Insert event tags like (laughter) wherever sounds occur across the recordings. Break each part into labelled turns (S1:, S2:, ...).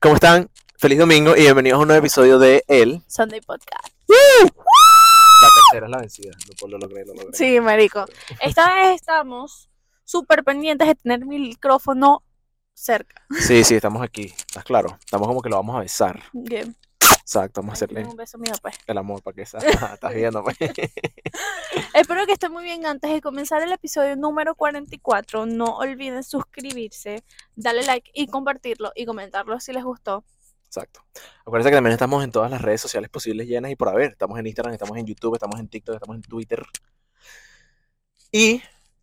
S1: ¿Cómo están? Feliz domingo y bienvenidos a un nuevo episodio de El.
S2: Sunday Podcast.
S3: La tercera es la vencida. Lo, lo logré, lo logré.
S2: Sí, marico. Esta vez estamos súper pendientes de tener mi micrófono cerca.
S1: Sí, sí, estamos aquí. ¿Estás claro? Estamos como que lo vamos a besar.
S2: Bien.
S1: Exacto, vamos a hacerle
S2: Un beso mío, pues.
S1: el amor para que esa. (laughs) Estás viendo, pues.
S2: Espero que estén muy bien. Antes de comenzar el episodio número 44, no olviden suscribirse, darle like y compartirlo y comentarlo si les gustó.
S1: Exacto. Acuérdense que también estamos en todas las redes sociales posibles llenas y por haber. Estamos en Instagram, estamos en YouTube, estamos en TikTok, estamos en Twitter. Y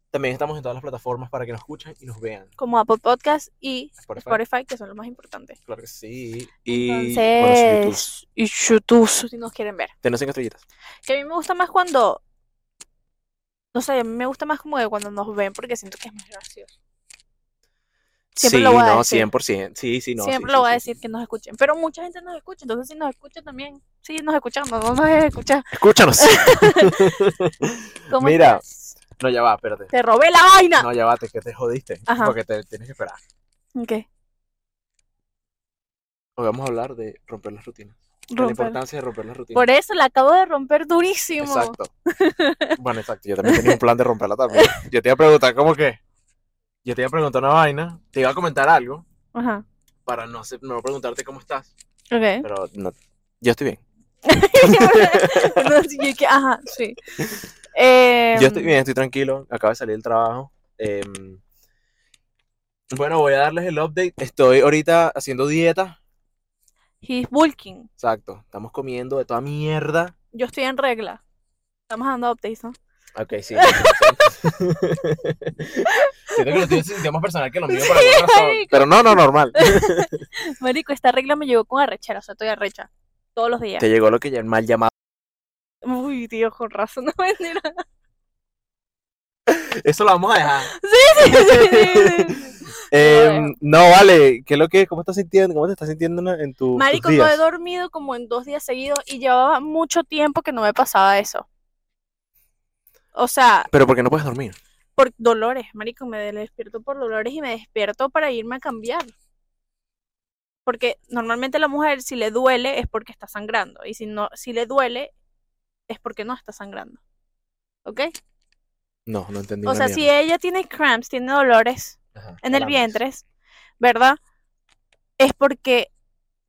S1: también estamos en todas las plataformas para que nos escuchen y nos vean.
S2: Como Apple Podcast y
S1: Spotify.
S2: Spotify, que son los más importantes.
S1: Claro que sí. Y bueno, sí,
S2: Entonces, y YouTube, si nos quieren ver.
S1: YouTube. Denos cinco estrellitas.
S2: Que a mí me gusta más cuando. No sé, a mí me gusta más como de cuando nos ven porque siento que es más gracioso. Siempre
S1: sí,
S2: lo voy a
S1: no,
S2: decir.
S1: 100%. Sí, sí, no.
S2: Siempre
S1: sí,
S2: lo
S1: sí,
S2: voy a
S1: sí, sí.
S2: decir que nos escuchen. Pero mucha gente nos escucha, entonces si nos escucha también. Sí, nos escuchamos, no nos dejes escuchar. (laughs)
S1: Escúchanos.
S2: ¿Cómo
S1: Mira.
S2: estás?
S1: no, ya va, espérate.
S2: Te robé la vaina.
S1: No, ya va, te- que te jodiste.
S2: Ajá.
S1: Porque te tienes que esperar.
S2: ¿Qué?
S1: Hoy vamos a hablar de romper las rutinas. De La
S2: Romper.
S1: importancia de romper las rutinas.
S2: Por eso la acabo de romper durísimo. (laughs)
S1: Exacto. bueno, exacto. Yo también tenía un plan de romperla también. Yo te iba a preguntar, ¿cómo que? Yo te iba a preguntar una vaina, te iba a comentar algo
S2: Ajá.
S1: para no, hacer- no preguntarte cómo estás.
S2: Ok.
S1: (laughs) Pero no, yo estoy bien.
S2: (laughs) No, sí, yo que- ajá, sí. Eh,
S1: (laughs) Yo estoy bien, estoy tranquilo. Acabo de salir del trabajo. Em, bueno, voy a darles el update. Estoy ahorita haciendo dieta.
S2: He's bulking.
S1: Exacto. Estamos comiendo de toda mierda.
S2: Yo estoy en regla. Estamos dando updates, ¿no?
S1: Ok, sí. sí, sí. (laughs) Siento que lo tuyo es un sistema personal que lo mío por alguna razón.
S2: marico.
S1: Pero no, no,
S2: (laughs)
S1: normal.
S2: Marico, esta regla me llegó con arrechera, o sea, estoy arrecha. Todos los días.
S1: Te llegó lo que ya el mal llamado.
S2: Uy, tío, con razón. (laughs) No mentira.
S1: Eso lo vamos a dejar.
S2: Sí, sí, sí,
S1: (laughs)
S2: sí.
S1: Eh, no, vale. ¿Qué es lo que ¿Cómo estás sintiendo? ¿Cómo te estás sintiendo en- en tu tus
S2: Marico, no
S1: días?
S2: he dormido como en dos días seguidos y llevaba mucho tiempo que no me pasaba eso. O sea,
S1: Pero porque no puedes dormir.
S2: por dolores, marico, me despierto por dolores y me despierto para irme a cambiar. Porque normalmente la mujer si le duele es porque está sangrando y si no si le duele es porque no está sangrando. ¿Ok?
S1: No, no entendí.
S2: o
S1: una
S2: sea,
S1: mierda.
S2: si ella tiene cramps, tiene dolores
S1: Ajá,
S2: en el
S1: calambres.
S2: vientre, ¿verdad? Es porque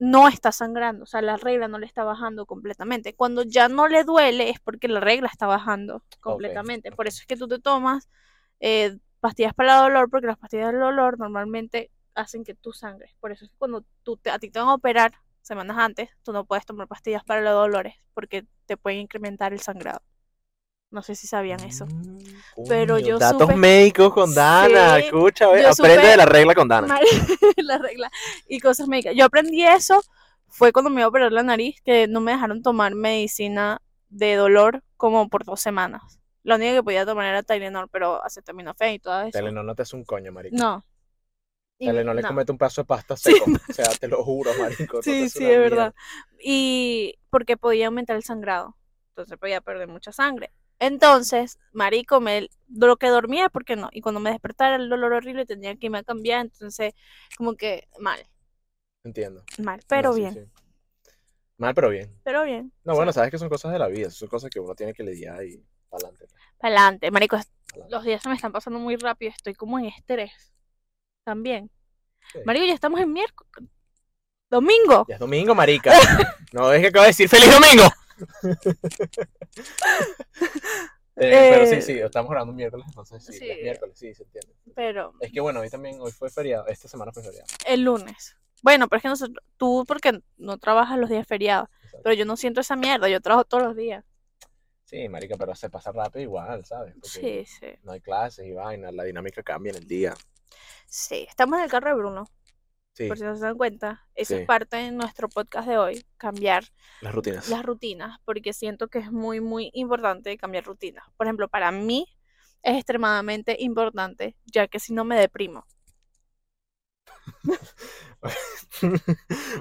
S2: no está sangrando, o sea, la regla no le está bajando completamente. Cuando ya no le duele es porque la regla está bajando completamente. Por
S1: ok.
S2: eso es que tú te tomas eh, pastillas para el dolor, porque las pastillas del dolor normalmente hacen que tú sangres. Por eso es que cuando tú te- a ti te van a operar semanas antes, tú no puedes tomar pastillas para los dolores, porque te pueden incrementar el sangrado. No sé si sabían eso.
S1: Mm,
S2: Pero
S1: coño,
S2: yo
S1: Datos
S2: supe-
S1: médicos con Dana.
S2: Sí,
S1: Escucha, ve,
S2: yo
S1: aprende
S2: supe-
S1: de la regla con Dana.
S2: Mar- (laughs) la regla y cosas médicas. Yo aprendí eso fue cuando me iba a operar la nariz, que no me dejaron tomar medicina de dolor como por dos semanas. Lo único que podía tomar era Tylenol, pero acetaminofén y todo eso.
S1: Telenor no te hace un coño, marico.
S2: No. Y-
S1: Telenor le
S2: no.
S1: comete un pedazo de pasta
S2: Sí.
S1: seco. O sea, te lo juro, marico. no te
S2: Sí,
S1: hace
S2: sí,
S1: una
S2: es
S1: mierda.
S2: verdad. Y porque podía aumentar el sangrado. Entonces podía perder mucha sangre. Entonces, marico, me, de lo que dormía, ¿por qué no? Y cuando me despertara el dolor horrible tenía que irme a cambiar. Entonces, como que mal,
S1: Entiendo. No,
S2: mal, pero
S1: sí,
S2: bien,
S1: sí. Mal, pero bien.
S2: pero bien.
S1: No, bueno, sabes que son cosas de la vida, son cosas que uno tiene que lidiar y para adelante.
S2: Para adelante, marico, es- los días se me están pasando muy rápido, estoy como en estrés. También.
S1: Sí.
S2: Marico, ya estamos en miércoles. Domingo.
S1: Ya es domingo,
S2: (laughs)
S1: marica. no, es que acabo de decir ¡Feliz domingo! (laughs) Eh, Pero sí,
S2: Eh.
S1: sí, estamos grabando un miércoles, entonces sí, ya es
S2: Sí.
S1: miércoles, sí, se entiende.
S2: Pero
S1: Es que bueno, hoy también, hoy fue feriado, esta semana fue feriado.
S2: el lunes. Bueno, pero es que nosotros, tú porque no trabajas los días feriados,
S1: Exacto.
S2: pero yo no siento esa mierda, yo trabajo todos los días.
S1: Sí, marica, pero se pasa rápido igual, ¿sabes? Porque
S2: Sí, sí.
S1: no hay clases y vainas, la dinámica cambia en el día.
S2: Sí, estamos en el carro de Bruno,
S1: Sí,
S2: por si no se dan cuenta. Eso
S1: Sí.
S2: es parte de nuestro podcast de hoy, cambiar
S1: las rutinas. (laughs)
S2: las rutinas, porque siento que es muy, muy importante cambiar rutinas. Por ejemplo, para mí es extremadamente importante, ya que si no me deprimo.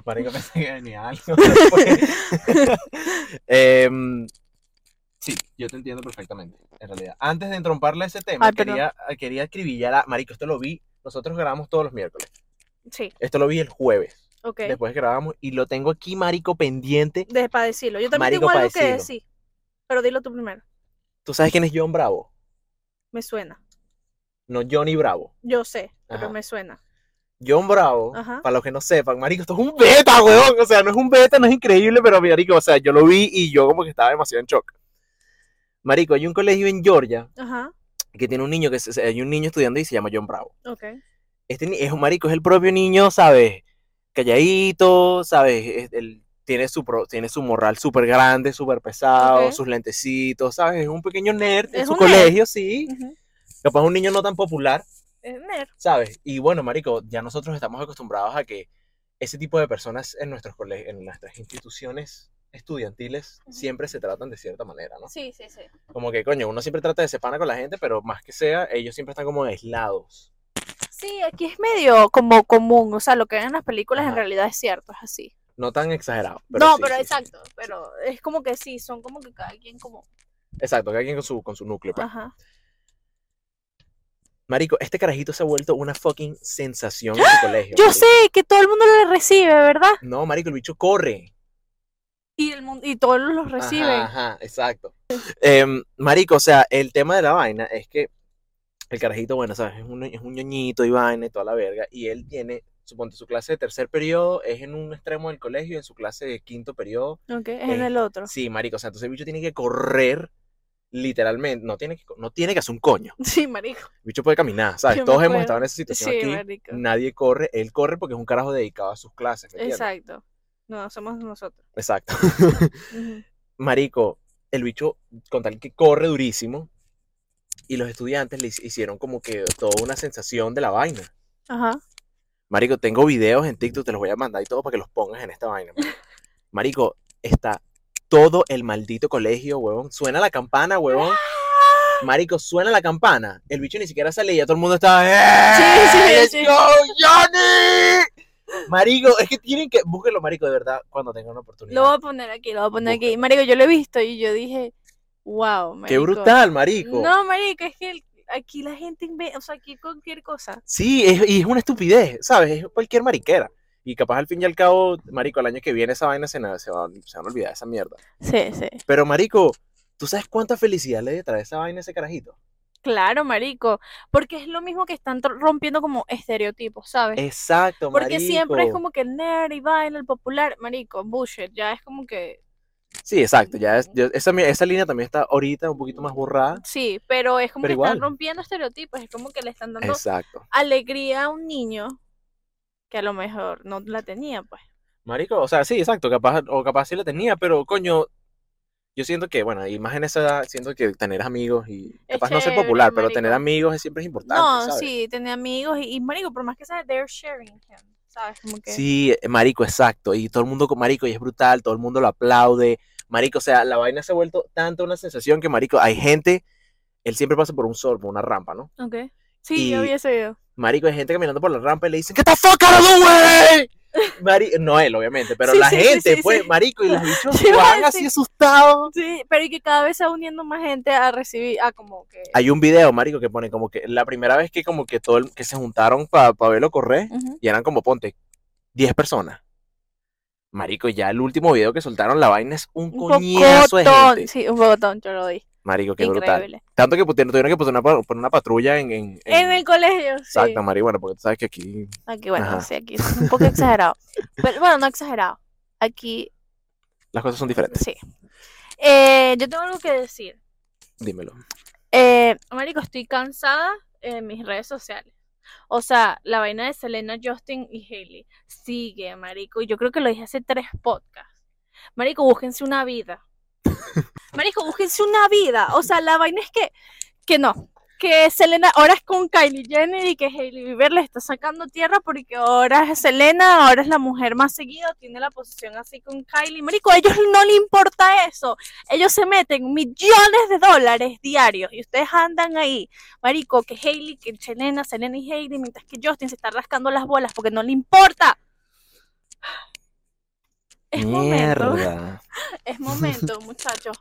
S1: marica, pensé que venía
S2: (laughs)
S1: algo. después. (laughs) Em, sí, yo te entiendo perfectamente, en realidad. Antes de entromparle ese tema,
S2: Ay, perdón.
S1: quería, quería escribir ya la... Marico, esto lo vi, nosotros grabamos todos los miércoles.
S2: Sí,
S1: Esto lo vi el jueves.
S2: Ok.
S1: Después grabamos y lo tengo aquí, marico, pendiente.
S2: De, para decirlo. Yo
S1: Marico,
S2: también tengo
S1: pa'
S2: algo que
S1: decirlo.
S2: decir. Pero dilo tú primero.
S1: ¿Tú sabes quién es John Bravo?
S2: Me suena.
S1: No Johnny Bravo.
S2: Yo sé, pero
S1: Ajá.
S2: me suena.
S1: John Bravo,
S2: Ajá.
S1: para los que no sepan, marico, esto es un beta, weón. O sea, no es un beta, no es increíble, pero marico, o sea, yo lo vi y yo como que estaba demasiado en shock. Marico, hay un colegio en Georgia
S2: Ajá.
S1: que tiene un niño que se- hay un niño estudiando y se llama John Bravo.
S2: Ok.
S1: Este ni- es un marico, es el propio niño, ¿sabes? Calladito, ¿sabes? Es- él tiene su pro- tiene su morral súper grande, súper pesado,
S2: Ok.
S1: sus lentecitos, ¿sabes? Es un pequeño nerd en
S2: Es
S1: su
S2: un nerd.
S1: colegio, sí.
S2: Ujú.
S1: Capaz un niño no tan popular,
S2: Es nerd.
S1: ¿sabes? Y bueno, marico, ya nosotros estamos acostumbrados a que ese tipo de personas en nuestros colegios, en nuestras instituciones estudiantiles
S2: Ujú.
S1: siempre se tratan de cierta manera, ¿no?
S2: Sí, sí, sí.
S1: Como que, coño, uno siempre trata de ser pana con la gente, pero más que sea, ellos siempre están como aislados.
S2: Sí, aquí es medio como común. O sea, lo que ven en las películas en
S1: Ajá.
S2: realidad es cierto, es así.
S1: No tan exagerados.
S2: no,
S1: sí,
S2: pero
S1: sí, sí.
S2: exacto. Pero es como que sí, son como que cada quien como.
S1: Exacto, que alguien con su, con su núcleo. pues.
S2: Ajá.
S1: Marico, este carajito se ha vuelto una fucking sensación en su colegio.
S2: ¡Ah! Yo
S1: marico.
S2: sé que todo el mundo lo recibe, ¿verdad?
S1: No, marico, el bicho corre.
S2: Y, el mundo, y todos los reciben.
S1: Ajá, ajá, exacto. Em, marico, o sea, el tema de la vaina es que el carajito, bueno, sabes, es un, es un ñoñito y vaina y toda la verga. Y él tiene, suponte, su clase de tercer periodo es en un extremo del colegio y en su clase de quinto periodo.
S2: Ok, es en
S1: Eh,
S2: el otro. (laughs)
S1: Sí, marico, o sea, entonces el bicho tiene que correr literalmente. No tiene que, no tiene que hacer un coño.
S2: Sí, marico.
S1: El bicho puede caminar, ¿sabes?
S2: Yo me
S1: Todos hemos
S2: acuerdo.
S1: estado en esa situación
S2: Sí,
S1: aquí. Mm,
S2: marico.
S1: Nadie corre, él corre porque es un carajo dedicado a sus clases. ¿me entiendes?
S2: Exacto. No, somos nosotros.
S1: Exacto.
S2: Ujú.
S1: Marico, el bicho, con tal que corre durísimo, y los estudiantes le hic- hicieron como que toda una sensación de la vaina.
S2: Ajá.
S1: Marico, tengo videos en TikTok, te los voy a mandar y todo para que los pongas en esta vaina.
S2: (laughs)
S1: Marico, está todo el maldito colegio, huevón. Suena la campana, huevón.
S2: ¡Ah!
S1: Marico, suena la campana. El bicho ni siquiera sale y ya todo el mundo está. ¡Eh!
S2: sí,
S1: ¡Let's
S2: sí.
S1: go, Johnny! Marico, es que tienen que. Búsquenlo, Marico, de verdad, cuando tengan una oportunidad.
S2: Lo voy a poner aquí, lo voy a poner aquí.
S1: Búscalo.
S2: Marico, yo lo he visto y yo dije, wow, marico.
S1: ¡Qué brutal, Marico!
S2: No, marico, es que el- aquí la gente inventa, o sea, aquí cualquier cosa.
S1: Sí, es, y es una estupidez, ¿sabes? Es cualquier mariquera. Y capaz al fin y al cabo, Marico, el año que viene esa vaina se, na- se, va- se van a olvidar de esa mierda.
S2: Sí, sí.
S1: Pero, Marico, ¿tú sabes cuánta felicidad le trae esa vaina a ese carajito?
S2: Claro, marico, porque es lo mismo que están tro- rompiendo como estereotipos, ¿sabes?
S1: Exacto,
S2: porque
S1: Marico.
S2: siempre es como que el nerd y vaina, el popular, marico, bullshit, ya es como que
S1: Sí, exacto. Ya es- yo- esa, mi- esa línea también está ahorita un poquito más borrada.
S2: sí, pero es como
S1: Pero
S2: que están
S1: igual.
S2: rompiendo estereotipos, es como que le están dando
S1: Exacto.
S2: alegría a un niño que a lo mejor no la tenía, pues.
S1: Marico, o sea, sí, exacto, capaz, o capaz sí la tenía, pero coño, yo siento que, bueno, y más en esa edad, siento que tener amigos y
S2: Es
S1: capaz no ser
S2: chévere,
S1: popular, pero tener
S2: marico.
S1: amigos es, siempre es importante,
S2: No,
S1: Ah, ¿sabes?
S2: sí, tenía amigos y, y, marico, por más que sea, they're sharing him, ¿sabes? Como que
S1: Sí, eh, marico, exacto. Y todo el mundo con marico y es brutal, todo el mundo lo aplaude. Marico, o sea, la vaina se ha vuelto tanto una sensación que, marico, hay gente, él siempre pasa por un sol, por una rampa, ¿no?
S2: Okay. Sí, yo
S1: Y-
S2: vi ese video.
S1: Marico, hay gente caminando por la rampa y le dicen, ¿Qué the fuck are you
S2: (laughs)
S1: doing? Mari no él, obviamente, pero
S2: Sí,
S1: la
S2: sí, sí,
S1: gente,
S2: sí,
S1: pues,
S2: sí.
S1: marico,
S2: (laughs)
S1: y los bichos
S2: Sí,
S1: se
S2: iba a
S1: van así
S2: decir.
S1: asustados.
S2: Sí, pero y que cada vez se va uniendo más gente a recibir, a como que...
S1: Hay un video, marico, que pone como que la primera vez que como que todo el- que se juntaron para verlo correr,
S2: Ujú.
S1: y eran como, ponte, 10 personas. Marico, ya el último video que soltaron la vaina es un, coñazo de gente.
S2: Sí, un botón, yo lo vi.
S1: Marico, qué brutal.
S2: Increíble.
S1: Tanto que pusieron- tuvieron que poner una, pa- poner una patrulla en... en, en-
S2: En el colegio, sí.
S1: Exacto, marico, bueno, porque tú sabes que aquí...
S2: Aquí, bueno,
S1: Ajá.
S2: sí, aquí es un
S1: (laughs)
S2: poco exagerado. Pero bueno, no exagerado. Aquí,
S1: Las cosas son diferentes,
S2: sí. Eh, yo tengo algo que decir.
S1: dímelo.
S2: Eh, marico, estoy cansada en mis redes sociales. O sea, la vaina de Selena, Justin y Hailey sigue, marico. Yo creo que lo dije hace tres podcasts. Marico, búsquense una vida. (laughs) Marico, búsquense una vida. O sea, la vaina es que, que no. Que Selena ahora es con Kylie Jenner y que Hailey Bieber le está sacando tierra porque ahora es Selena, ahora es la mujer más seguida, tiene la posición así con Kylie. Marico, a ellos no le importa eso. Ellos se meten millones de dólares diarios y ustedes andan ahí, marico, que Hailey, que Selena, Selena y Hailey, mientras que Justin se está rascando las bolas porque no le importa. Es momento
S1: Mierda.
S2: es momento, muchachos,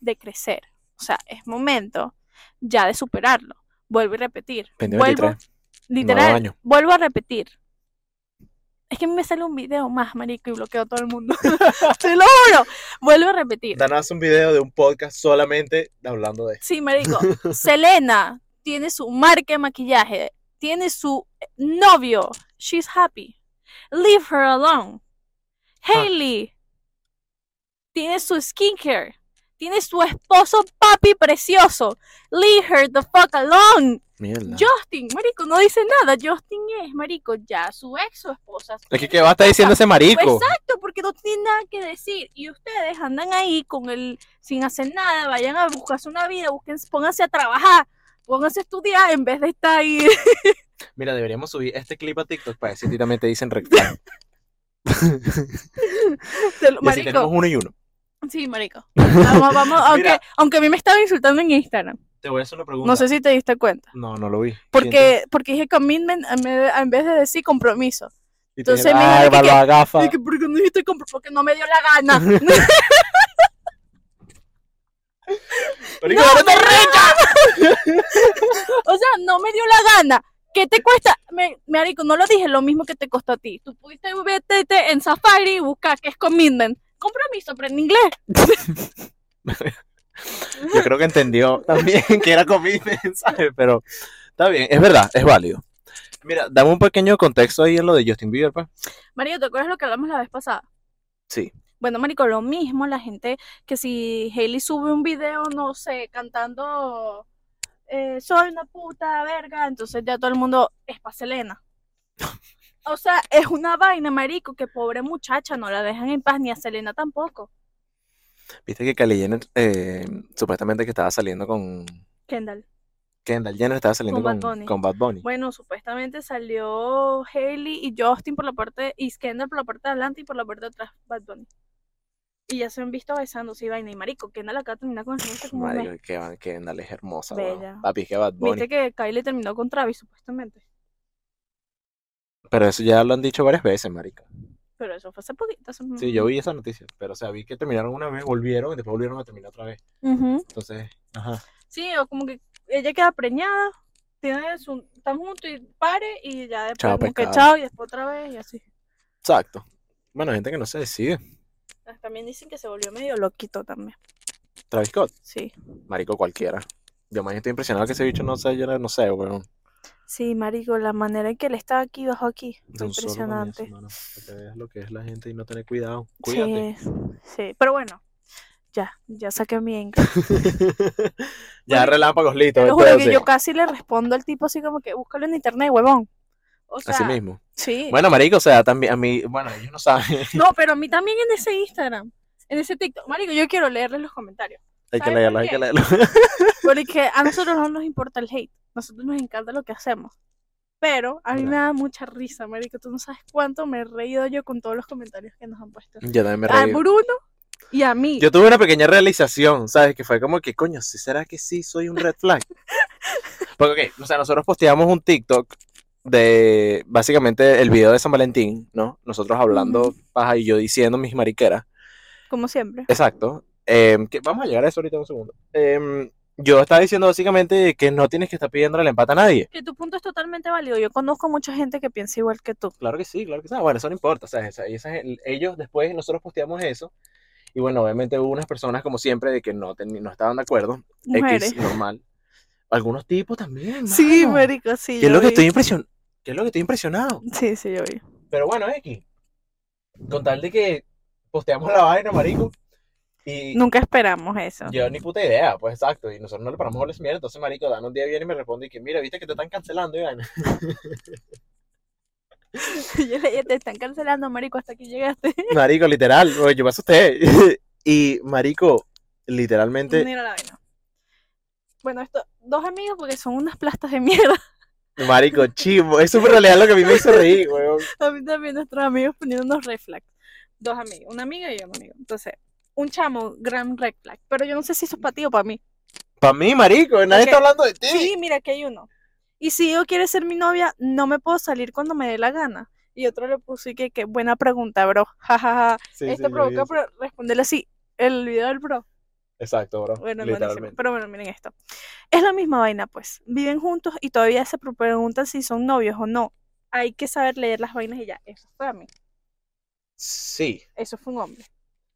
S2: de crecer. O sea, es momento ya de superarlo. Vuelvo y repetir.
S1: 20,
S2: Vuelvo,
S1: 23, nueve
S2: literal,
S1: años.
S2: vuelvo a repetir. Es que a mí me sale un video más, marico, y bloqueo a todo el mundo. (laughs) ¡Te lo juro! Vuelvo a repetir.
S1: Dana hace un video de un podcast solamente hablando de esto.
S3: (laughs)
S2: Sí, marico. Selena tiene su marca de maquillaje. Tiene su novio. She's happy. Leave her alone.
S3: Ah.
S2: Hailey tiene su skincare. Tiene su esposo papi precioso. Leave her the fuck alone.
S1: Mierda.
S2: Justin, marico, no dice nada. Justin es, marico, ya su ex, su esposa. su
S3: Es que, ¿qué va a estar diciendo ese marico?
S2: Pues, Exacto, porque no tiene nada que decir. Y ustedes andan ahí con el, sin hacer nada, vayan a buscarse una vida, busquen, pónganse a trabajar, pónganse a estudiar en vez de estar ahí. (laughs)
S1: Mira, deberíamos subir este clip a TikTok para decir también te dicen
S2: (laughs)
S1: rectal.
S2: Te lo-
S1: Y así tenemos
S2: marico.
S1: uno y uno. (laughs)
S2: Sí, marico. Vamos, vamos, aunque,
S1: Mira.
S2: aunque a mí me estaban insultando en Instagram.
S1: Te voy a hacer una pregunta.
S2: No sé si te diste cuenta.
S1: No, no lo vi.
S2: Porque, porque dije commitment en vez de- en vez de decir compromiso. entonces me
S3: Ay,
S2: dijeron que-
S3: barba gafa.
S1: (laughs)
S2: Dije, ¿por qué no dijiste compro? Porque no me dio la gana.
S1: Marico,
S2: ¡No,
S1: ahora te
S2: (laughs) O sea, no me dio la gana. ¿Qué te cuesta? Me, marico, no lo dije, lo mismo que te costó a ti. Tú pudiste meterte en Safari y buscar qué es commitment. Compromiso, aprende inglés.
S1: Yo creo que entendió (laughs) también que era con mi (laughs) mensaje, pero está bien, es verdad, es válido. Mira, dame un pequeño contexto ahí en lo de Justin Bieber, pues. pa.
S2: Marico, ¿te acuerdas lo que hablamos la vez pasada?
S1: Sí.
S2: Bueno, marico, lo mismo, la gente que si Hailey sube un video, no sé, cantando eh, Soy una puta verga, entonces ya todo el mundo es pa' Selena. O sea, es una vaina, marico, que pobre muchacha, no la dejan en paz, ni a Selena tampoco.
S1: Viste que Kylie Jenner, eh, supuestamente que estaba saliendo con
S2: Kendall.
S1: Kendall Jenner, estaba saliendo con,
S2: Con Bad Bunny.
S1: con Bad Bunny.
S2: Bueno, supuestamente salió Hailey y Justin por la parte, y Kendall por la parte de adelante y por la parte de atrás, Bad Bunny. Y ya se han visto besándose y vaina. Y marico, Kendall acá terminó con el hace como un mes.
S1: Marico, que van, Kendall es hermosa, weón.
S2: Bella.
S1: Papi, es que Bad Bunny.
S2: Viste que Kylie terminó con Travis, supuestamente.
S1: Pero eso ya lo han dicho varias veces, marica.
S2: Pero eso fue hace poquito. hace un-
S1: Sí, yo vi esa noticia, pero o sea, vi que terminaron una vez, volvieron y después volvieron a terminar otra vez.
S2: Ujú.
S1: Entonces, ajá.
S2: Sí, o como que ella queda preñada, tiene su, están juntos y pare y ya después
S1: Chao,
S2: como que
S1: pecado.
S2: chao y después otra vez y así.
S1: Exacto. Bueno, gente que no se decide.
S2: Ah, También dicen que se volvió medio loquito también.
S1: Travis Scott,
S2: Sí.
S1: marico cualquiera. Yo más estoy impresionado que ese bicho no sé, yo no sé, weón.
S2: Sí, marico, la manera en que él estaba aquí bajó aquí.
S1: De
S2: Fue
S1: un solo coñazo,
S2: impresionante.
S1: mano, para que veas lo que es la gente y no tener cuidado. Cuídate.
S2: (laughs)
S1: (laughs)
S2: Sí, sí. Pero bueno, ya, ya saqué mi
S1: Pues,
S2: inglés.
S1: ya relámpagos listo.
S2: Te lo juro que
S1: entonces.
S2: yo casi le respondo al tipo así como que búscalo en internet, huevón. O sea,
S1: Así mismo.
S2: sí.
S1: Bueno, marico, o sea, también a mí, bueno, ellos no saben. (laughs)
S2: No, pero a mí también en ese Instagram, en ese TikTok. Marico, yo quiero leerles los comentarios.
S1: Hay que
S2: ¿Sabes
S1: leerlo,
S2: por
S1: hay
S2: qué?
S1: que leerlo. (laughs)
S2: Porque a nosotros no nos importa el hate. Nosotros nos encanta lo que hacemos. Pero a mí me da mucha risa, Marico. Tú no sabes cuánto me he reído yo con todos los comentarios que nos han puesto.
S1: Yo también me
S2: A
S1: reí.
S2: Bruno y a mí.
S1: Yo tuve una pequeña realización, ¿sabes? Que fue como que, coño, ¿sí ¿será que sí soy un red
S2: (laughs)
S1: flag? Porque, ok, o sea, nosotros posteamos un TikTok de básicamente el video de San Valentín, ¿no? Nosotros hablando paja y yo diciendo mis mariqueras.
S2: Como siempre.
S1: Exacto. Em, que vamos a llegar a eso ahorita en un segundo. Em, yo estaba diciendo básicamente que no tienes que estar pidiendo el empate a nadie.
S2: Que tu punto es totalmente válido. Yo conozco mucha gente que piensa igual que tú.
S1: Claro que sí, claro que sí. Ah, bueno, eso no importa. o sea, esa- esa gen- ellos después nosotros posteamos eso. Y bueno, obviamente hubo unas personas, como siempre, de que no, ten- no estaban de acuerdo.
S2: Mujeres.
S1: X, normal. Algunos tipos también.
S2: Sí,
S1: mano.
S2: Marico, sí.
S1: ¿Qué es
S2: yo
S1: lo que
S2: vi.
S1: estoy impresionado? ¿Qué es lo que estoy impresionado?
S2: Sí, sí, yo vi.
S1: Pero bueno, X. Con tal de que posteamos la vaina, marico. Y
S2: Nunca esperamos eso.
S1: yo ni puta idea, pues exacto. Y nosotros no le paramos bolas mierda. Entonces, marico, dan un día viene y me responde y que, mira, viste que te están cancelando, Iván.
S2: (laughs) Yo le dije, te están cancelando, Marico, hasta que llegaste.
S1: (laughs) Marico, literal, oye, yo me asusté. (laughs) Y, marico, literalmente,
S2: Pues Mira la vaina. Bueno, estos dos amigos porque son unas plastas de mierda. (laughs)
S1: marico, chimo. Es súper real lo que a mí me hizo (laughs) reír, weón.
S2: A mí también nuestros amigos poniendo unos red flags. Dos amigos, una amiga y un amigo. Entonces, un chamo, gran red flag. Pero yo no sé si eso es para ti o para mí.
S1: Para mí, marico, nadie
S2: Ok.
S1: está hablando de ti.
S2: Sí, mira, aquí hay uno. Y si yo quiere ser mi novia, no me puedo salir cuando me dé la gana. Y otro le puso y que, que buena pregunta, bro. (laughs) Ja, ja, ja.
S1: Sí,
S2: este
S1: sí, yo vi
S2: provoca
S1: eso.
S2: pro- responderle así. El video del bro.
S1: Exacto, bro.
S2: Bueno, es buenísimo.
S1: literalmente.
S2: Pero bueno, miren esto. Es la misma vaina, pues. Viven juntos y todavía se preguntan si son novios o no. hay que saber leer las vainas y ya. Eso fue a mí.
S1: Sí.
S2: Eso fue un hombre.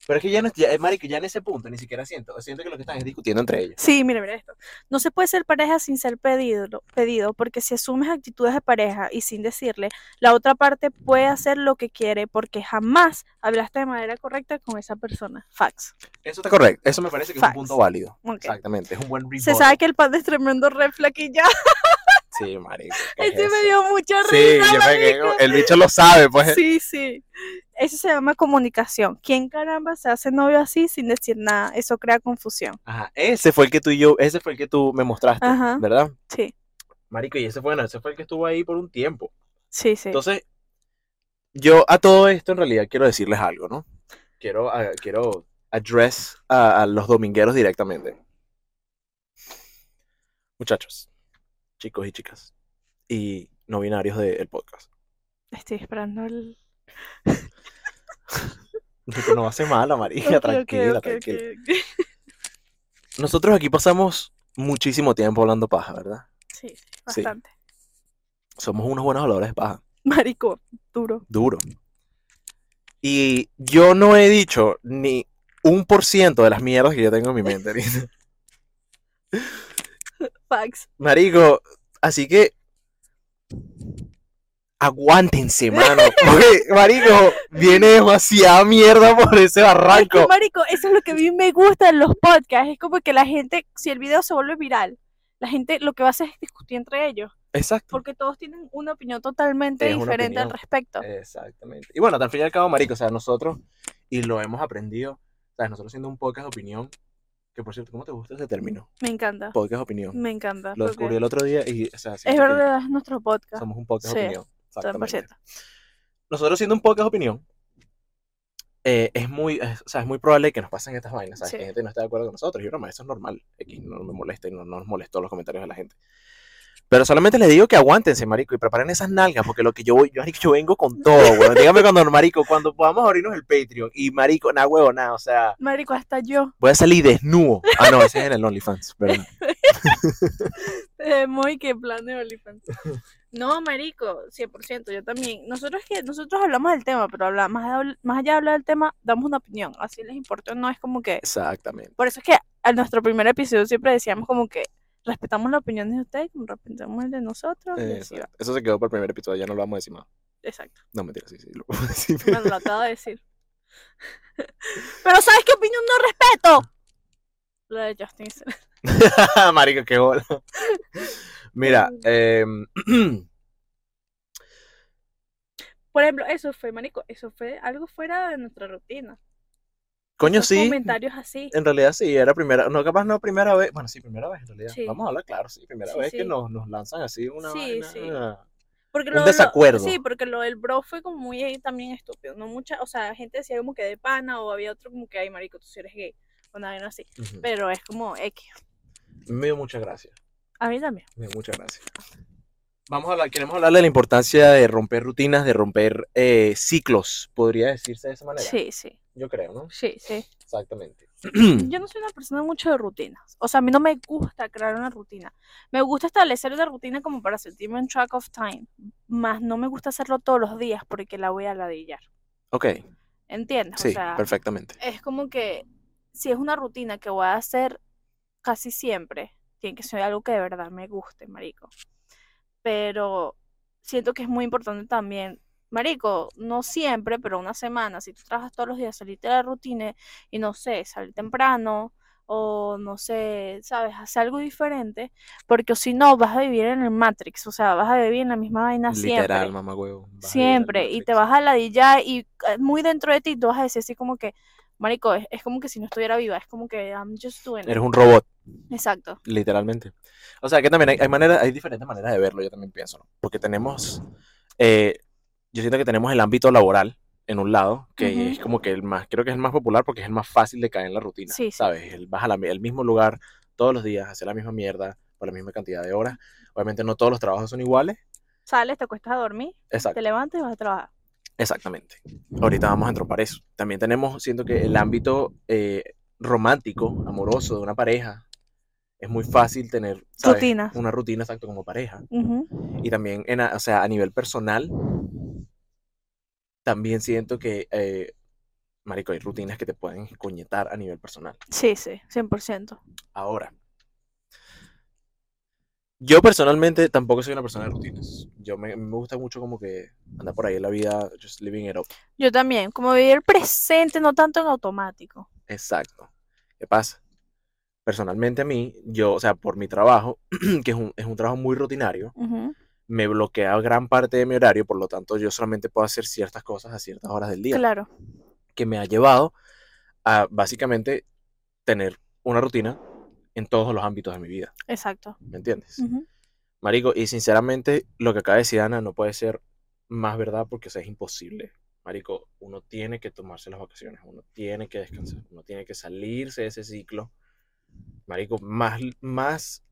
S1: Pero es que ya, no, ya, eh, marico, ya en ese punto ni siquiera siento. Siento que lo que están es discutiendo entre ellos.
S2: Sí, mira, mira esto. No se puede ser pareja sin ser pedido, pedido, porque si asumes actitudes de pareja y sin decirle, la otra parte puede hacer lo que quiere porque jamás hablaste de manera correcta con esa persona. Facts.
S1: Eso está correcto. Eso me parece que
S2: Facts.
S1: es un punto válido.
S2: Ok.
S1: Exactamente. Es un buen
S2: Se
S1: rebuttal.
S2: sabe que el pan es tremendo refla aquí ya.
S1: Sí,
S2: (laughs)
S1: marico. ¿qué es
S2: Este me
S1: eso?
S2: dio mucha (laughs)
S1: Sí,
S2: risa.
S1: yo me quedé
S2: marico.
S1: como- el bicho lo sabe, pues.
S2: Sí, sí. Eso se llama comunicación. ¿Quién caramba se hace novio así sin decir nada? Eso crea confusión.
S1: Ajá, ese fue el que tú y yo, ese fue el que tú me mostraste,
S2: Ajá.
S1: ¿verdad?
S2: Sí,
S1: Marico, y ese fue, bueno, ese fue el que estuvo ahí por un tiempo.
S2: sí, sí.
S1: Entonces, yo a todo esto en realidad quiero decirles algo, ¿no? Quiero, ah, quiero address a, a los domingueros directamente. Muchachos, chicos y chicas, y no binarios del podcast. (laughs)
S2: Estoy esperando el.
S1: No hace mala, marica,
S2: Ok, ok,
S1: tranquila,
S2: ok, ok,
S1: tranquila.
S2: ok.
S1: Nosotros aquí pasamos muchísimo tiempo hablando paja, ¿verdad?
S2: (laughs) Sí, bastante.
S1: Somos unos buenos habladores de paja.
S2: Marico, duro.
S1: Duro. Y yo no he dicho ni un por ciento de las mierdas que yo tengo en mi mente. ahorita. (laughs)
S2: Fax.
S1: Marico, así que. Aguántense, mano. Porque, marico, viene demasiada mierda por ese
S2: Es que,
S1: barranco.
S2: marico, eso es lo que a mí me gusta en los podcasts. Es como que la gente, si el video se vuelve viral, la gente lo que va a hacer es discutir entre ellos.
S1: Exacto.
S2: Porque todos tienen una opinión totalmente
S1: Es una
S2: diferente al
S1: opinión. Eh,
S2: respecto.
S1: Exactamente. Y bueno, al fin y al cabo, marico, o sea, nosotros, y lo hemos aprendido, o sea, nosotros siendo un podcast de opinión, que por cierto, ¿cómo te gusta ese término?
S2: Me encanta.
S1: Podcast de opinión.
S2: Ah. Me encanta.
S1: Lo
S2: porque
S1: descubrí el otro día y, o sea,
S2: Es
S1: siento que-
S2: verdad, es nuestro podcast.
S1: Somos un podcast de
S2: Sí,
S1: opinión.
S2: 100%.
S1: Exactamente. Nosotros siendo un podcast de opinión, eh, es, muy, es- o sea, es muy probable que nos pasen estas vainas. ¿sabes?
S2: Sí.
S1: Que gente no está de acuerdo con nosotros. Y broma, eso es normal. Aquí no me molesta y no, no nos molestó los comentarios de la gente. Pero solamente les digo que aguántense, marico, y preparen esas nalgas, porque lo que yo voy, yo, marico, yo vengo con todo,
S2: (laughs)
S1: weón. Dígame cuando, marico, cuando podamos abrirnos el Patreon, y marico, nada, huevo, nada, o sea,
S2: Marico, hasta yo.
S1: voy a salir desnudo. Ah, no, ese es en el OnlyFans,
S2: (laughs)
S1: ¿verdad?
S2: Eh, muy que plan de
S1: (laughs)
S2: OnlyFans. No, marico, 100%, yo también. Nosotros que nosotros hablamos del tema, pero habla- más, de habl- más allá de hablar del tema, damos una opinión. Así les importa, no es como que...
S1: Exactamente.
S2: Por eso es que a nuestro primer episodio siempre decíamos como que respetamos las opiniones de ustedes, como respetamos el de nosotros. y así va.
S1: Exacto. Eso se quedó para el primer episodio, ya no lo vamos a decir más.
S2: Exacto.
S1: No, mentira, sí, sí, lo vamos a decir.
S2: Bueno, lo acabo de decir. (laughs) pero ¿sabes qué opinión no respeto? Lo de Justin.
S1: (laughs) Marico, qué bola. Mira, eh,
S2: Em, Por ejemplo, eso fue, marico, eso fue algo fuera de nuestra rutina.
S1: (clears throat) coño,
S2: Esos
S1: sí.
S2: Comentarios así.
S1: En realidad sí, era primera, no capaz no primera vez, bueno sí, primera vez en realidad.
S2: Sí.
S1: Vamos a hablar claro, sí, primera
S2: Sí,
S1: vez que
S2: sí.
S1: nos, nos lanzan así una
S2: Sí,
S1: vaina,
S2: sí.
S1: ah.
S2: Porque
S1: Un
S2: lo- lo-
S1: desacuerdo.
S2: sí, porque lo del bro fue como muy ahí también estúpido. No mucha, o sea, gente decía como que de pana o había otro como que, ay, marico, tú si eres gay. Una vaina así.
S1: Ujú.
S2: Pero es como X.
S1: Me dio muchas gracias,
S2: A mí también.
S1: me dio muchas gracias. Vamos a hablar, queremos hablar de la importancia de romper rutinas, de romper eh, ciclos, podría decirse de esa manera.
S2: Sí, sí,
S1: Yo creo, ¿no?
S2: sí, sí.
S1: Exactamente.
S2: (clears throat) Yo no soy una persona mucho de rutinas. O sea, a mí no me gusta crear una rutina. Me gusta establecer una rutina como para sentirme en track of time. Más no me gusta hacerlo todos los días porque la voy a ladillar.
S1: ok,
S2: ¿Entiendes?
S1: sí,
S2: o sea,
S1: perfectamente.
S2: es como que si es una rutina que voy a hacer casi siempre, tiene que ser algo que de verdad me guste, marico. Pero siento que es muy importante también, marico, no siempre, pero una semana, si tú trabajas todos los días, salirte de la rutina y no sé, salir temprano o no sé, sabes, hacer algo diferente, porque si no vas a vivir en el Matrix, o sea, vas a vivir en la misma vaina siempre.
S1: Literal, mamá huevo. vas a vivir al
S2: Siempre, y te
S1: Matrix.
S2: vas a ladillar y eh, muy dentro de ti tú vas a decir así como que, marico, es, es como que si no estuviera viva, es como que I'm just doing it".
S1: Eres un robot.
S2: Exacto,
S1: Literalmente. O sea, que también hay, hay manera- hay diferentes maneras de verlo, yo también pienso, ¿no? Porque tenemos, eh, yo siento que tenemos el ámbito laboral en un lado, que
S2: Ujú.
S1: es como que el más, creo que es el más popular porque es el más fácil de caer en la rutina,
S2: Sí, sí.
S1: ¿sabes? El, vas al mismo lugar todos los días, hacer la misma mierda por la misma cantidad de horas. Obviamente no todos los trabajos son iguales.
S2: sales, te cuestas a dormir,
S1: Exacto.
S2: te levantas y vas a trabajar.
S1: Exactamente. Ahorita vamos a entrar para eso. También tenemos, siento que el ámbito eh, romántico, amoroso de una pareja, es muy fácil tener ¿sabes?
S2: Rutinas.
S1: una rutina exacto como pareja.
S2: Ujú.
S1: Y también, en, a- o sea, a nivel personal, también siento que, eh, marico, hay rutinas que te pueden coñetar a nivel personal.
S2: Sí, sí, 100%.
S1: Ahora, yo personalmente tampoco soy una persona de rutinas. Yo me, me gusta mucho como que andar por ahí en la vida, just living it up.
S2: Yo también, como vivir el presente, no tanto en automático.
S1: Exacto. ¿Qué pasa? Personalmente a mí, yo, o sea, por mi trabajo, (clears throat) que es un, es un trabajo muy rutinario,
S2: Ujú.
S1: me bloquea gran parte de mi horario, por lo tanto yo solamente puedo hacer ciertas cosas a ciertas horas del día,
S2: Claro.
S1: que me ha llevado a básicamente tener una rutina en todos los ámbitos de mi vida,
S2: Exacto.
S1: ¿me entiendes?
S2: Ujú.
S1: Marico, y sinceramente, lo que acaba de decir Ana no puede ser más verdad porque o sea, es imposible. Marico, uno tiene que tomarse las vacaciones, uno tiene que descansar, uno tiene que salirse de ese ciclo. Marico, más, más,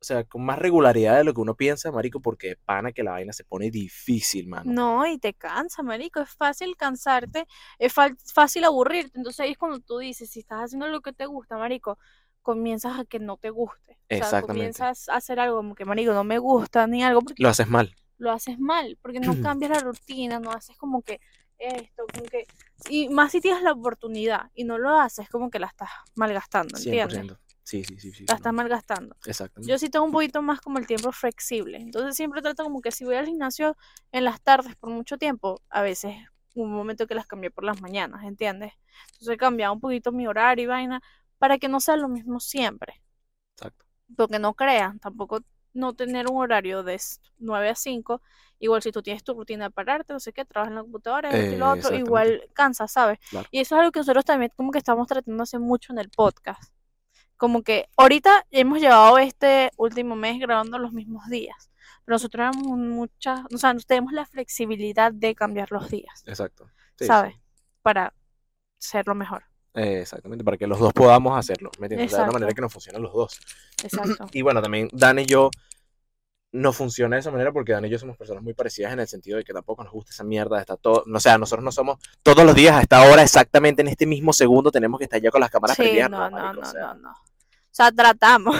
S1: o sea, con más regularidad de lo que uno piensa, marico, porque de pana que la vaina se pone difícil, mano.
S2: No, y te cansa, marico. Es fácil cansarte, es fa- fácil aburrirte. Entonces ahí es cuando tú dices, si estás haciendo lo que te gusta, marico, comienzas a que no te guste. O sea,
S1: Exactamente.
S2: comienzas a hacer algo como que, marico, no me gusta ni algo porque
S1: Lo haces mal.
S2: lo haces mal, porque no cambias la rutina, no haces como que esto, como que... Y más si tienes la oportunidad y no lo haces, como que la estás malgastando, ¿entiendes?
S1: 100%. Sí, sí, sí, sí. sí,
S2: La
S1: no.
S2: estás malgastando.
S1: Exactamente.
S2: Yo sí tengo un poquito más como el tiempo flexible. Entonces siempre trato como que si voy al gimnasio en las tardes por mucho tiempo, a veces hubo un momento que las cambié por las mañanas, ¿entiendes? Entonces he cambiado un poquito mi horario y vaina para que no sea lo mismo siempre.
S1: Exacto.
S2: Porque no crean, tampoco no tener un horario de s- 9 a 5. Igual si tú tienes tu rutina de pararte, no sé qué, trabajas en la computadora, esto
S1: Eh,
S2: y lo otro,
S1: exactamente.
S2: igual cansa, ¿sabes?
S1: Claro.
S2: Y eso es algo que nosotros también como que estamos tratando hace mucho en el podcast como que ahorita hemos llevado este último mes grabando los mismos días, pero nosotros tenemos muchas, o sea, nos tenemos la flexibilidad de cambiar los días
S1: Exacto.
S2: ¿Sabes? para
S1: (clears throat)
S2: hacerlo mejor.
S1: Eh, exactamente. Para que los dos podamos hacerlo. ¿Me entiendes? O sea, de una
S2: Exacto.
S1: manera que nos funcionen los dos.
S2: Exacto.
S1: Y bueno, también Dan y yo nos funciona de esa manera porque Dan y yo somos personas muy parecidas en el sentido de que tampoco nos gusta esa mierda de estar todo. O sea, nosotros no somos todos los días a esta hora exactamente en este mismo segundo tenemos que estar ya con las cámaras
S2: Sí,
S1: prendidas.
S2: no, no,
S1: pues, marico, o
S2: no,
S1: sea,
S2: no, no. O sea, tratamos,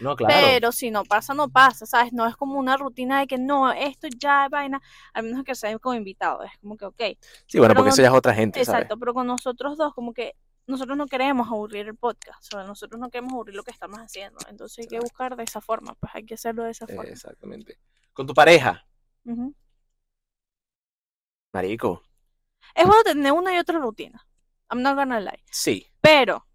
S1: no, claro.
S2: pero si no pasa, no pasa, ¿sabes? No es como una rutina de que no, esto ya, vaina, al menos que sean como invitados, es como que, ok,
S1: sí, bueno,
S2: pero
S1: porque
S2: no-
S1: eso ya es otra gente, ¿sabes?
S2: Exacto, pero con nosotros dos, como que nosotros no queremos aburrir el podcast, o sea, nosotros no queremos aburrir lo que estamos haciendo, entonces hay que
S1: Exacto.
S2: buscar de esa forma, pues hay que hacerlo de esa
S1: Eh,
S2: forma.
S1: exactamente. Con tu pareja,
S2: Ujú.
S1: marico.
S2: Es bueno tener una y otra rutina, I'm not gonna lie,
S1: Sí.
S2: pero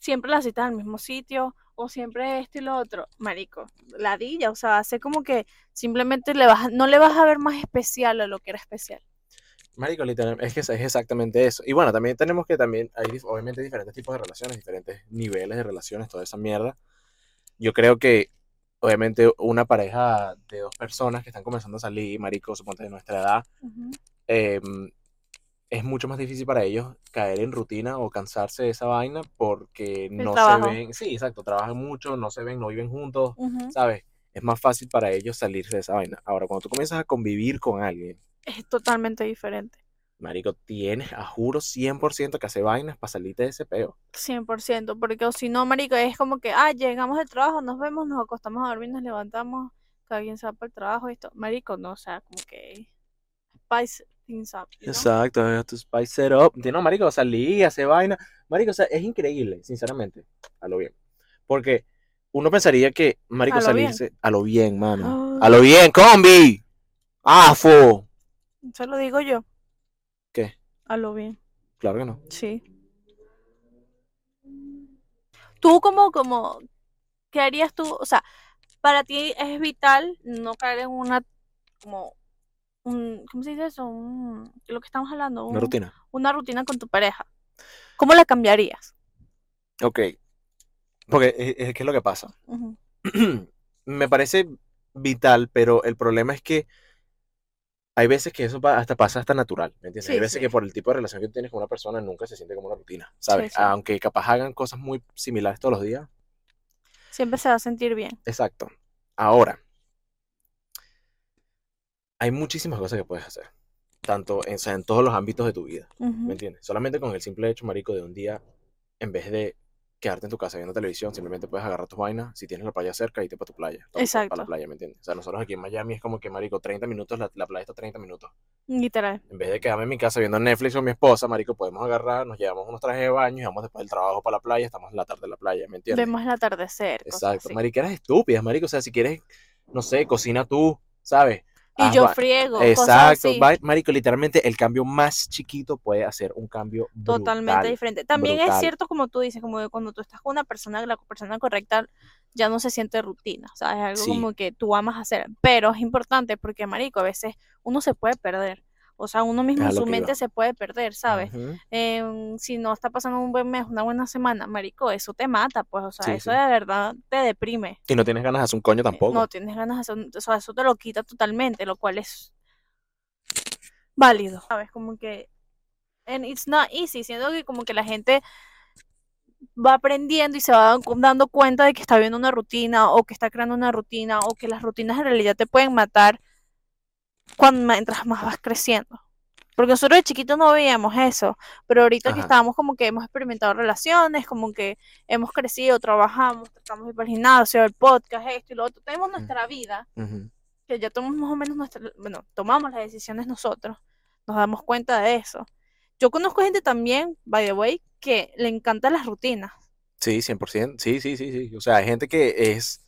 S2: siempre la citas al mismo sitio o siempre esto y lo otro, marico, ladilla, o sea, hace como que simplemente le vas, no le vas a ver más especial a lo que era especial.
S1: Marico, literal, es que es es exactamente eso. Y bueno, también tenemos que también, hay dif- obviamente diferentes tipos de relaciones, diferentes niveles de relaciones, toda esa mierda. Yo creo que, obviamente, una pareja de dos personas que están comenzando a salir, marico, suponte de nuestra edad,
S2: Ujú.
S1: eh, es mucho más difícil para ellos caer en rutina o cansarse de esa vaina porque no
S2: trabajo.
S1: se ven, sí, exacto, trabajan mucho, no se ven, no viven juntos,
S2: Ujú.
S1: ¿sabes? Es más fácil para ellos salirse de esa vaina. Ahora, cuando tú comienzas a convivir con alguien,
S2: Es totalmente diferente.
S1: Marico, tienes, a juro, 100% que hace vainas para salirte de ese peo.
S2: 100%, porque o si no, marico, es como que, ah, llegamos del trabajo, nos vemos, nos acostamos a dormir, nos levantamos, cada quien se va para el trabajo y esto. Marico, no, o sea, como que spice things up, you know?
S1: Exacto, I have to spice it up. No, marico, salí, hace vaina. Marico, o sea, es increíble, sinceramente, a lo bien. Porque uno pensaría que, marico,
S2: A lo bien.
S1: salirse a lo bien, mano.
S2: Ah.
S1: A lo bien, combi. Afo.
S2: Se lo digo yo.
S1: ¿Qué?
S2: A lo bien,
S1: Claro que no.
S2: sí. Tú como, como, ¿qué harías tú? O sea, para ti es vital no caer en una, como, un, ¿cómo se dice eso? Un- lo que estamos hablando,
S1: Una
S2: un-
S1: rutina.
S2: una rutina con tu pareja. ¿Cómo la cambiarías?
S1: Ok. Porque, eh, eh, ¿qué es lo que pasa?
S2: Ujú.
S1: (clears throat) Me parece vital, pero el problema es que hay veces que eso pa- hasta pasa hasta natural, ¿me entiendes? hay
S2: Sí,
S1: veces
S2: sí.
S1: que por el tipo de relación que tú tienes con una persona nunca se siente como una rutina, ¿sabes?
S2: Sí, sí.
S1: Aunque capaz hagan cosas muy similares todos los días.
S2: Siempre se va a sentir bien.
S1: Exacto. Ahora, hay muchísimas cosas que puedes hacer, tanto en, o sea, en todos los ámbitos de tu vida,
S2: Ujú.
S1: ¿me entiendes? Solamente con el simple hecho, marico, de un día, en vez de quedarte en tu casa viendo televisión, simplemente puedes agarrar tus vainas, si tienes la playa cerca, irte para tu playa. pa- pa-
S2: Exacto.
S1: Para la playa, ¿me entiendes? O sea, nosotros aquí en Miami es como que, marico, 30 minutos, la, la playa está 30 minutos.
S2: Literal.
S1: En vez de quedarme en mi casa viendo Netflix con mi esposa, marico, podemos agarrar, nos llevamos unos trajes de baño, y vamos después del trabajo para la playa, estamos en la tarde en la playa, ¿me entiendes?
S2: Vemos el atardecer. cosas
S1: Exacto,
S2: así.
S1: mariqueras estúpidas, marico, o sea, si quieres, no sé, cocina tú, ¿sabes?
S2: Y
S1: Haz
S2: yo
S1: ba-
S2: friego. cosas
S1: ah, Exacto,
S2: así.
S1: va- marico, literalmente el cambio más chiquito puede hacer un cambio
S2: totalmente
S1: brutal.
S2: diferente. También es
S1: brutal.
S2: cierto, como tú dices, como que cuando tú estás con una persona, la persona correcta ya no se siente rutina, o sea, es algo
S1: Sí.
S2: como que tú amas hacer, pero es importante porque, marico, a veces uno se puede perder, o sea, uno mismo
S1: a
S2: en
S1: lo
S2: su
S1: que
S2: mente
S1: iba.
S2: se puede perder, ¿sabes?
S1: Ujú.
S2: Eh, si no está pasando un buen mes, una buena semana, marico, eso te mata, pues, o sea,
S1: Sí,
S2: eso
S1: sí.
S2: de verdad te deprime
S1: Y no tienes ganas de hacer un coño tampoco.
S2: Eh, no tienes ganas de hacer, un- o sea, eso te lo quita totalmente, lo cual es válido, ¿sabes? Como que, and it's not easy, siendo que como que la gente va aprendiendo y se va dan- dando cuenta de que está viendo una rutina o que está creando una rutina o que las rutinas en realidad te pueden matar cuando mientras más vas creciendo. Porque nosotros de chiquitos no veíamos eso, pero ahorita que
S1: Ajá.
S2: estábamos como que hemos experimentado relaciones, como que hemos crecido, trabajamos, tratamos de ir para el gimnasio, el podcast, esto y lo otro.
S1: Mm.
S2: Tenemos nuestra vida,
S1: Ujú.
S2: que ya tomamos más o menos nuestra, bueno, tomamos las decisiones nosotros, nos damos cuenta de eso. Yo conozco gente también, by the way, que le encantan las rutinas.
S1: Sí, 100%. Sí, sí, sí, sí. O sea, hay gente que es...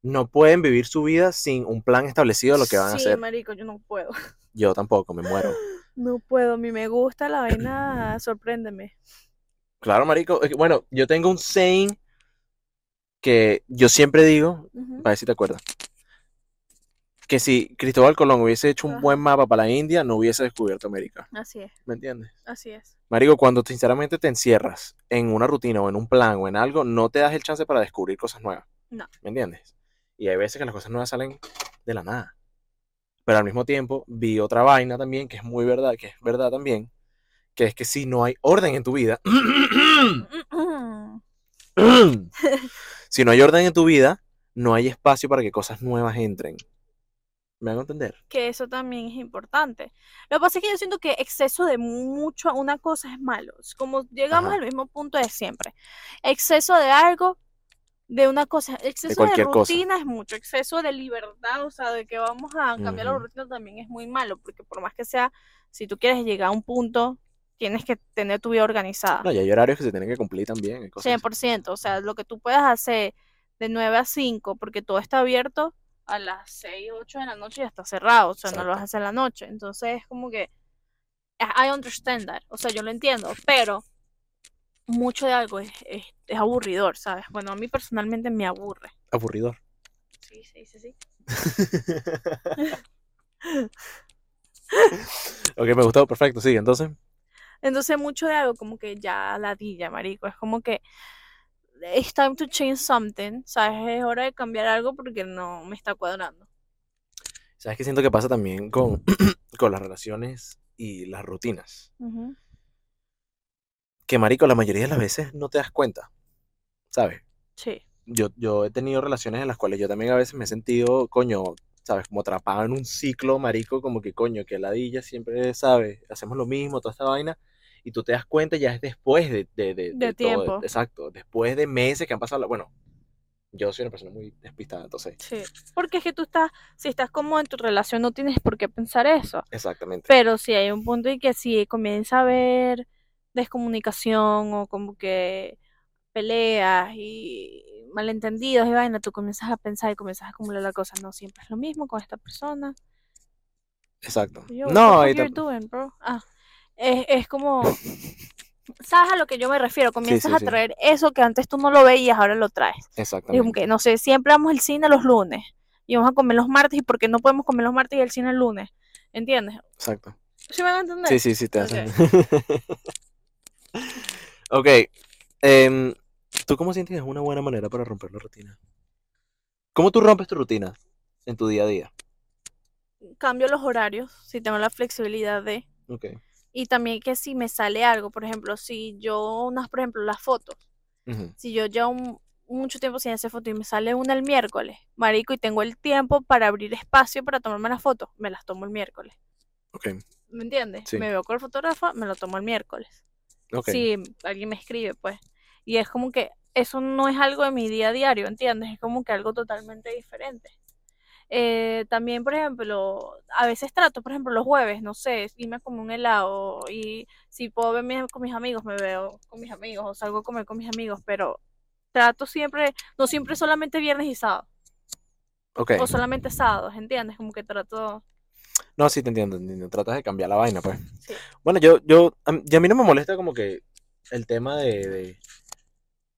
S1: No pueden vivir su vida sin un plan establecido de lo que van a
S2: sí,
S1: hacer.
S2: marico, yo no puedo. (laughs)
S1: Yo tampoco, me muero.
S2: No puedo, a mí me gusta la vaina, sorpréndeme.
S1: Claro, marico. es que, Bueno, yo tengo un saying que yo siempre digo,
S2: Ujú.
S1: a ver si te acuerdas, que si Cristóbal Colón hubiese hecho un
S2: Ajá.
S1: buen mapa para la India, no hubiese descubierto América.
S2: Así es,
S1: ¿Me entiendes?
S2: así es. (clears throat)
S1: Marico, cuando te- sinceramente te encierras en una rutina o en un plan o en algo, no te das el chance para descubrir cosas nuevas.
S2: No.
S1: ¿Me entiendes? Y hay veces que las cosas nuevas salen de la nada. Pero al mismo tiempo vi otra vaina también que es muy verdad, que es verdad también, que es que si no hay orden en tu
S2: (laughs)
S1: vida, (clears throat) si no hay orden en tu vida, no hay espacio para que cosas nuevas entren. ¿Me hago entender?
S2: que eso también es importante. Lo que pasa es que yo siento que exceso de mucho a una cosa es malo. Es Como llegamos
S1: Ajá.
S2: al mismo punto de siempre. Exceso de algo, de una cosa, exceso de,
S1: cualquier cosa.
S2: rutina es mucho, exceso de libertad, o sea, de que vamos a cambiar la
S1: Ujú.
S2: rutina también es muy malo, porque por más que sea, si tú quieres llegar a un punto, tienes que tener tu vida organizada.
S1: No, y hay horarios que se tienen que cumplir también. hay cosas-
S2: 100%, o sea, lo que tú puedas hacer de 9 a 5, porque todo está abierto a las 6, 8 de la noche ya está cerrado, o sea, no lo vas a
S1: Exacto.
S2: hacer en la noche. Entonces es como que, I I understand that, o sea, yo lo entiendo, pero mucho de algo es, es, es aburridor, ¿sabes? Bueno, a mí personalmente me aburre.
S1: Aburridor.
S2: Sí, sí, sí, sí.
S1: ok, me gustó, perfecto, sí, entonces.
S2: Entonces mucho de algo como que ya ladilla, marico, es como que it's time to change something, ¿sabes? Es hora de cambiar algo porque no me está cuadrando.
S1: ¿Sabes qué siento que pasa también con, (clears throat) con las relaciones y las rutinas?
S2: Ujú.
S1: Que, marico, la mayoría de las veces no te das cuenta, ¿sabes?
S2: Sí.
S1: Yo, yo he tenido relaciones en las cuales yo también a veces me he sentido, coño, ¿sabes? Como atrapado en un ciclo, marico, como que, coño, que ladilla siempre, ¿sabes? Hacemos lo mismo, toda esta vaina. Y tú te das cuenta ya es después de, de, de,
S2: De
S1: de todo,
S2: tiempo.
S1: exacto, después de meses que han pasado. Bueno, yo soy una persona muy despistada, entonces.
S2: Sí, porque es que tú estás, si estás como en tu relación, no tienes por qué pensar eso.
S1: Exactamente.
S2: Pero si hay un punto en que si comienza a haber descomunicación o como que peleas y malentendidos y vaina, tú comienzas a pensar y comienzas a acumular la cosa. No siempre es lo mismo con esta persona.
S1: Exacto.
S2: Yo, what
S1: no,
S2: the
S1: y
S2: fuck you're
S1: tam-
S2: doing, bro? Ah, es, es
S1: (laughs)
S2: como, ¿sabes a lo que yo me refiero? Comienzas
S1: sí, sí.
S2: a traer eso que antes tú no lo veías, ahora lo traes. Y como
S1: exactamente.
S2: que, no sé, siempre vamos al cine los lunes y vamos a comer los martes y porque no podemos comer los martes y el cine el lunes. ¿Entiendes?
S1: Exacto.
S2: ¿Sí me van a entender?
S1: Sí, sí, sí, te hacen. (laughs) ok. em, ¿Tú cómo sientes que es una buena manera para romper la rutina? ¿Cómo tú rompes tu rutina en tu día a día?
S2: Cambio los horarios si tengo la flexibilidad de...
S1: Ok.
S2: Y también que si me sale algo, por ejemplo, si yo, unas, por ejemplo, las fotos,
S1: Ujú.
S2: si yo llevo un- mucho tiempo sin hacer fotos y me sale una el miércoles, marico, y tengo el tiempo para abrir espacio para tomarme las fotos, me las tomo el miércoles.
S1: Ok.
S2: ¿Me entiendes?
S1: Sí.
S2: Me veo con el fotógrafo, me lo tomo el miércoles.
S1: Ok.
S2: si alguien me escribe, pues. Y es como que eso no es algo de mi día a diario, ¿entiendes? Es como que algo totalmente diferente. Eh, también, por ejemplo, a veces trato, por ejemplo, los jueves, no sé, irme a comer un helado y si puedo verme con mis amigos, me veo con mis amigos o salgo a comer con mis amigos, pero trato siempre, no siempre solamente viernes y sábado,
S1: Ok.
S2: o solamente sábados, ¿entiendes? Como que trato...
S1: No, sí, te entiendo, te entiendo. Tratas de cambiar la vaina, pues.
S2: Sí.
S1: Bueno, yo, yo, a mí, y a mí no me molesta como que el tema de, de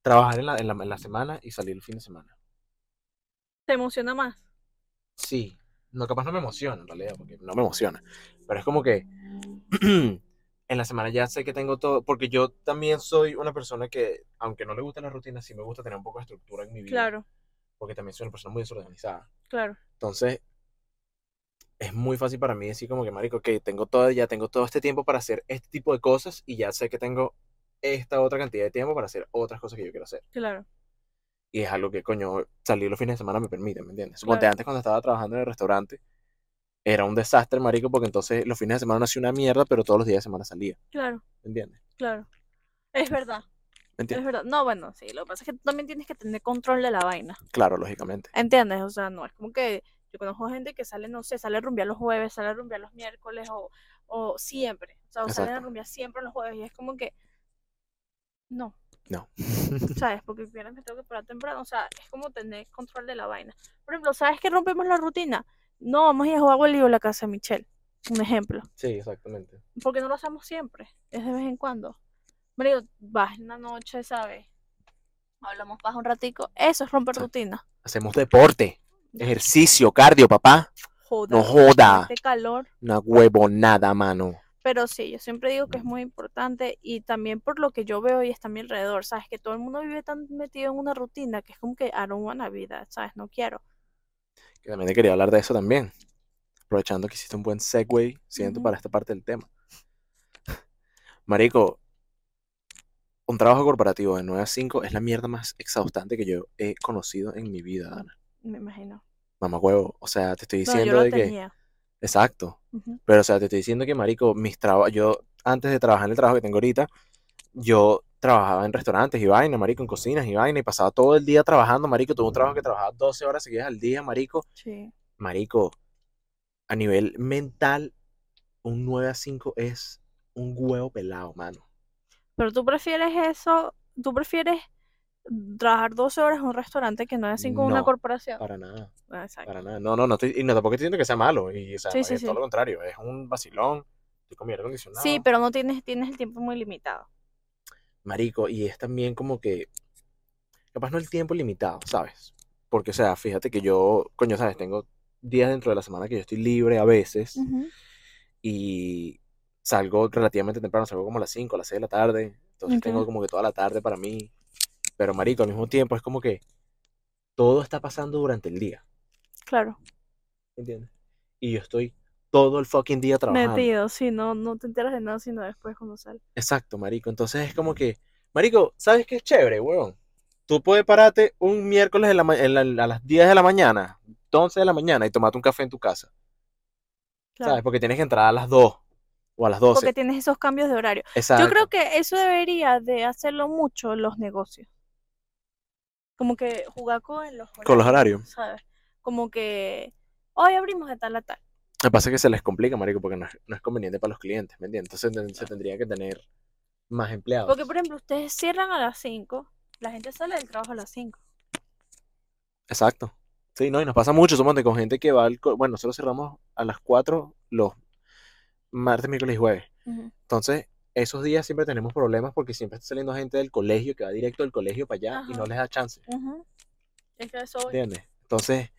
S1: trabajar en la, en la- en la semana y salir el fin de semana.
S2: Te emociona más.
S1: Sí. No, capaz no me emociona, en realidad, porque no me emociona. Pero es como que (clears throat) en la semana ya sé que tengo todo, porque yo también soy una persona que, aunque no le gusta la rutina, sí me gusta tener un poco de estructura en mi vida.
S2: Claro,
S1: Porque también soy una persona muy desorganizada.
S2: claro.
S1: Entonces, es muy fácil para mí decir como que, marico, que tengo todo, ya tengo todo este tiempo para hacer este tipo de cosas y ya sé que tengo esta otra cantidad de tiempo para hacer otras cosas que yo quiero hacer.
S2: Claro,
S1: Y es algo que, coño, salir los fines de semana me permite, ¿me entiendes? Suponte
S2: Claro.
S1: antes cuando estaba trabajando en el restaurante, era un desastre, marico, porque entonces los fines de semana no hacía una mierda, pero todos los días de semana salía,
S2: claro,
S1: ¿me entiendes?
S2: claro. Es verdad,
S1: ¿Me
S2: es
S1: entiendes?
S2: verdad. No, bueno, sí, lo que pasa es que tú también tienes que tener control de la vaina.
S1: Claro, lógicamente.
S2: ¿Entiendes? O sea, no es como que yo conozco gente que sale, no sé, sale a rumbear los jueves, sale a rumbear los miércoles o, o siempre. O sea, o salen a
S1: Exacto.
S2: rumbear siempre los jueves y es como que. No,
S1: No.
S2: ¿sabes? Porque el viernes me tengo que parar temprano. O sea, es como tener control de la vaina. Por ejemplo, ¿sabes que rompemos la rutina? No, vamos a ir a jugar voleibol a la casa de Michelle. Un ejemplo.
S1: Sí, exactamente.
S2: Porque no lo hacemos siempre, es de vez en cuando. Marico, vas en la noche, ¿sabes? Hablamos paja un ratico. Eso es romper
S1: Exacto.
S2: rutina.
S1: Hacemos deporte, ejercicio, cardio, papá.
S2: Joda.
S1: No joda.
S2: Este calor.
S1: Una huevonada, mano.
S2: Pero sí, yo siempre digo que es muy importante y también por lo que yo veo y está a mi alrededor, ¿sabes? Que todo el mundo vive tan metido en una rutina que es como que I don't want a vida, ¿sabes? No quiero.
S1: Que también te quería hablar de eso también. Aprovechando que hiciste un buen segue, siento,
S2: Ujú.
S1: para esta parte del tema. (laughs) Marico, un trabajo corporativo de 9 a 5 es la mierda más exhaustante que yo he conocido en mi vida, Dana.
S2: Me imagino.
S1: Mamá huevo, o sea, te estoy
S2: No, yo
S1: diciendo
S2: lo
S1: de que...
S2: tenía.
S1: Exacto.
S2: Ujú.
S1: Pero, o sea, te estoy diciendo que, marico, mis trabajos... Yo, antes de trabajar en el trabajo que tengo ahorita, yo trabajaba en restaurantes y vaina, marico, en cocinas y vaina, y pasaba todo el día trabajando, marico. Tuve un trabajo que trabajaba 12 horas seguidas al día, marico.
S2: Sí.
S1: Marico, a nivel mental, un 9 a 5 es un huevo pelado, mano.
S2: Pero tú prefieres eso, tú prefieres trabajar 12 horas en un restaurante que no es así con una
S1: No.
S2: corporación.
S1: Para nada,
S2: Ah, Exacto.
S1: para nada. No, no, no estoy, y no, tampoco estoy diciendo que sea malo, y o sea,
S2: Sí, sí,
S1: es
S2: sí.
S1: todo lo contrario, es un vacilón, estoy con mi aire acondicionado.
S2: Sí, pero no tienes, tienes el tiempo muy limitado.
S1: Marico, y es también como que, capaz no el tiempo limitado, ¿sabes? Porque, o sea, fíjate que yo, coño, ¿sabes? Tengo días dentro de la semana que yo estoy libre a veces, y salgo relativamente temprano, salgo como a las 5, a las 6 de la tarde, entonces
S2: Ok.
S1: tengo como que toda la tarde para mí, pero marico, al mismo tiempo es como que todo está pasando durante el día,
S2: Claro.
S1: ¿entiendes? Y yo estoy todo el fucking día trabajando.
S2: Metido, sí, no, no te enteras de nada sino después cuando sales.
S1: Exacto, marico, entonces es como que, marico, ¿sabes qué es chévere, huevón? Tú puedes pararte un miércoles en la ma- en la- a las 10 de la mañana, 11 de la mañana y tomarte un café en tu casa,
S2: Claro.
S1: ¿sabes? Porque tienes que entrar a las 2 o a las 12.
S2: Porque tienes esos cambios de horario. Yo
S1: Exacto.
S2: creo que eso debería de hacerlo mucho los negocios. Como que jugar con los horarios,
S1: Con los horarios.
S2: ¿sabes? Como que hoy abrimos de tal a tal.
S1: Lo que pasa es que se les complica, marico, porque no es, no es conveniente para los clientes, ¿me entiendes? Entonces ten- se tendría que tener más empleados.
S2: Porque, por ejemplo, ustedes cierran a las 5, la gente sale del trabajo a las 5.
S1: Exacto. Sí, no, y nos pasa mucho, somos de con gente que va al... co- Bueno, nosotros cerramos a las 4 los martes, miércoles y jueves. Entonces, esos días siempre tenemos problemas porque siempre está saliendo gente del colegio que va directo del colegio para allá y
S2: Ajá.
S1: no les da chance,
S2: Es que eso voy.
S1: ¿entiendes? Entonces,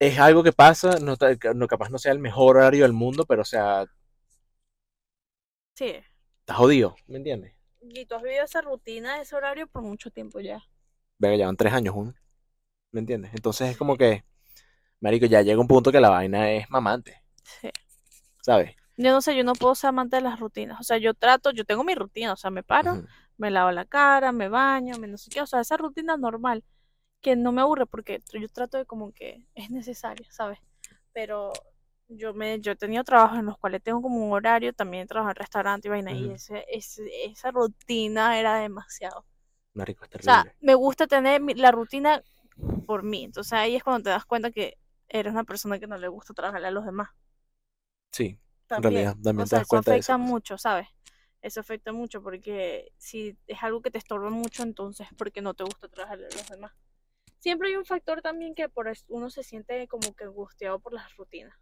S1: es algo que pasa, no, ta- no- capaz no sea el mejor horario del mundo, pero o sea,
S2: Sí.
S1: está jodido, ¿me entiendes?
S2: Y tú has vivido esa rutina, ese horario por mucho tiempo ya.
S1: Venga, llevan tres años uno. ¿Me entiendes? Entonces es como que, marico, ya llega un punto que la vaina es mamante,
S2: Sí.
S1: ¿sabes?
S2: Yo no sé, yo no puedo ser amante de las rutinas. O sea, yo trato, yo tengo mi rutina, o sea, me paro.
S1: Ujú.
S2: me lavo la cara, me baño, me no sé qué, o sea, esa rutina normal que no me aburre porque tr- yo trato de como que es necesaria, ¿sabes? Pero yo me yo he tenido trabajos en los cuales tengo como un horario, también he trabajado en restaurante y vaina y
S1: Ujú.
S2: ese, ese- esa rutina era demasiado.
S1: Marico, es
S2: O
S1: terrible.
S2: sea, me gusta tener mi- la rutina por mí. Entonces ahí es cuando te das cuenta que eres una persona que no le gusta trabajar a los demás.
S1: sí, en
S2: También.
S1: realidad también
S2: O
S1: te
S2: sea,
S1: das
S2: eso
S1: cuenta de
S2: afecta
S1: eso. pues.
S2: mucho, ¿sabes? Eso afecta mucho porque si es algo que te estorba mucho, entonces porque no te gusta trabajar a los demás. Siempre hay un factor también que por es- uno se siente como que angustiado por las rutinas.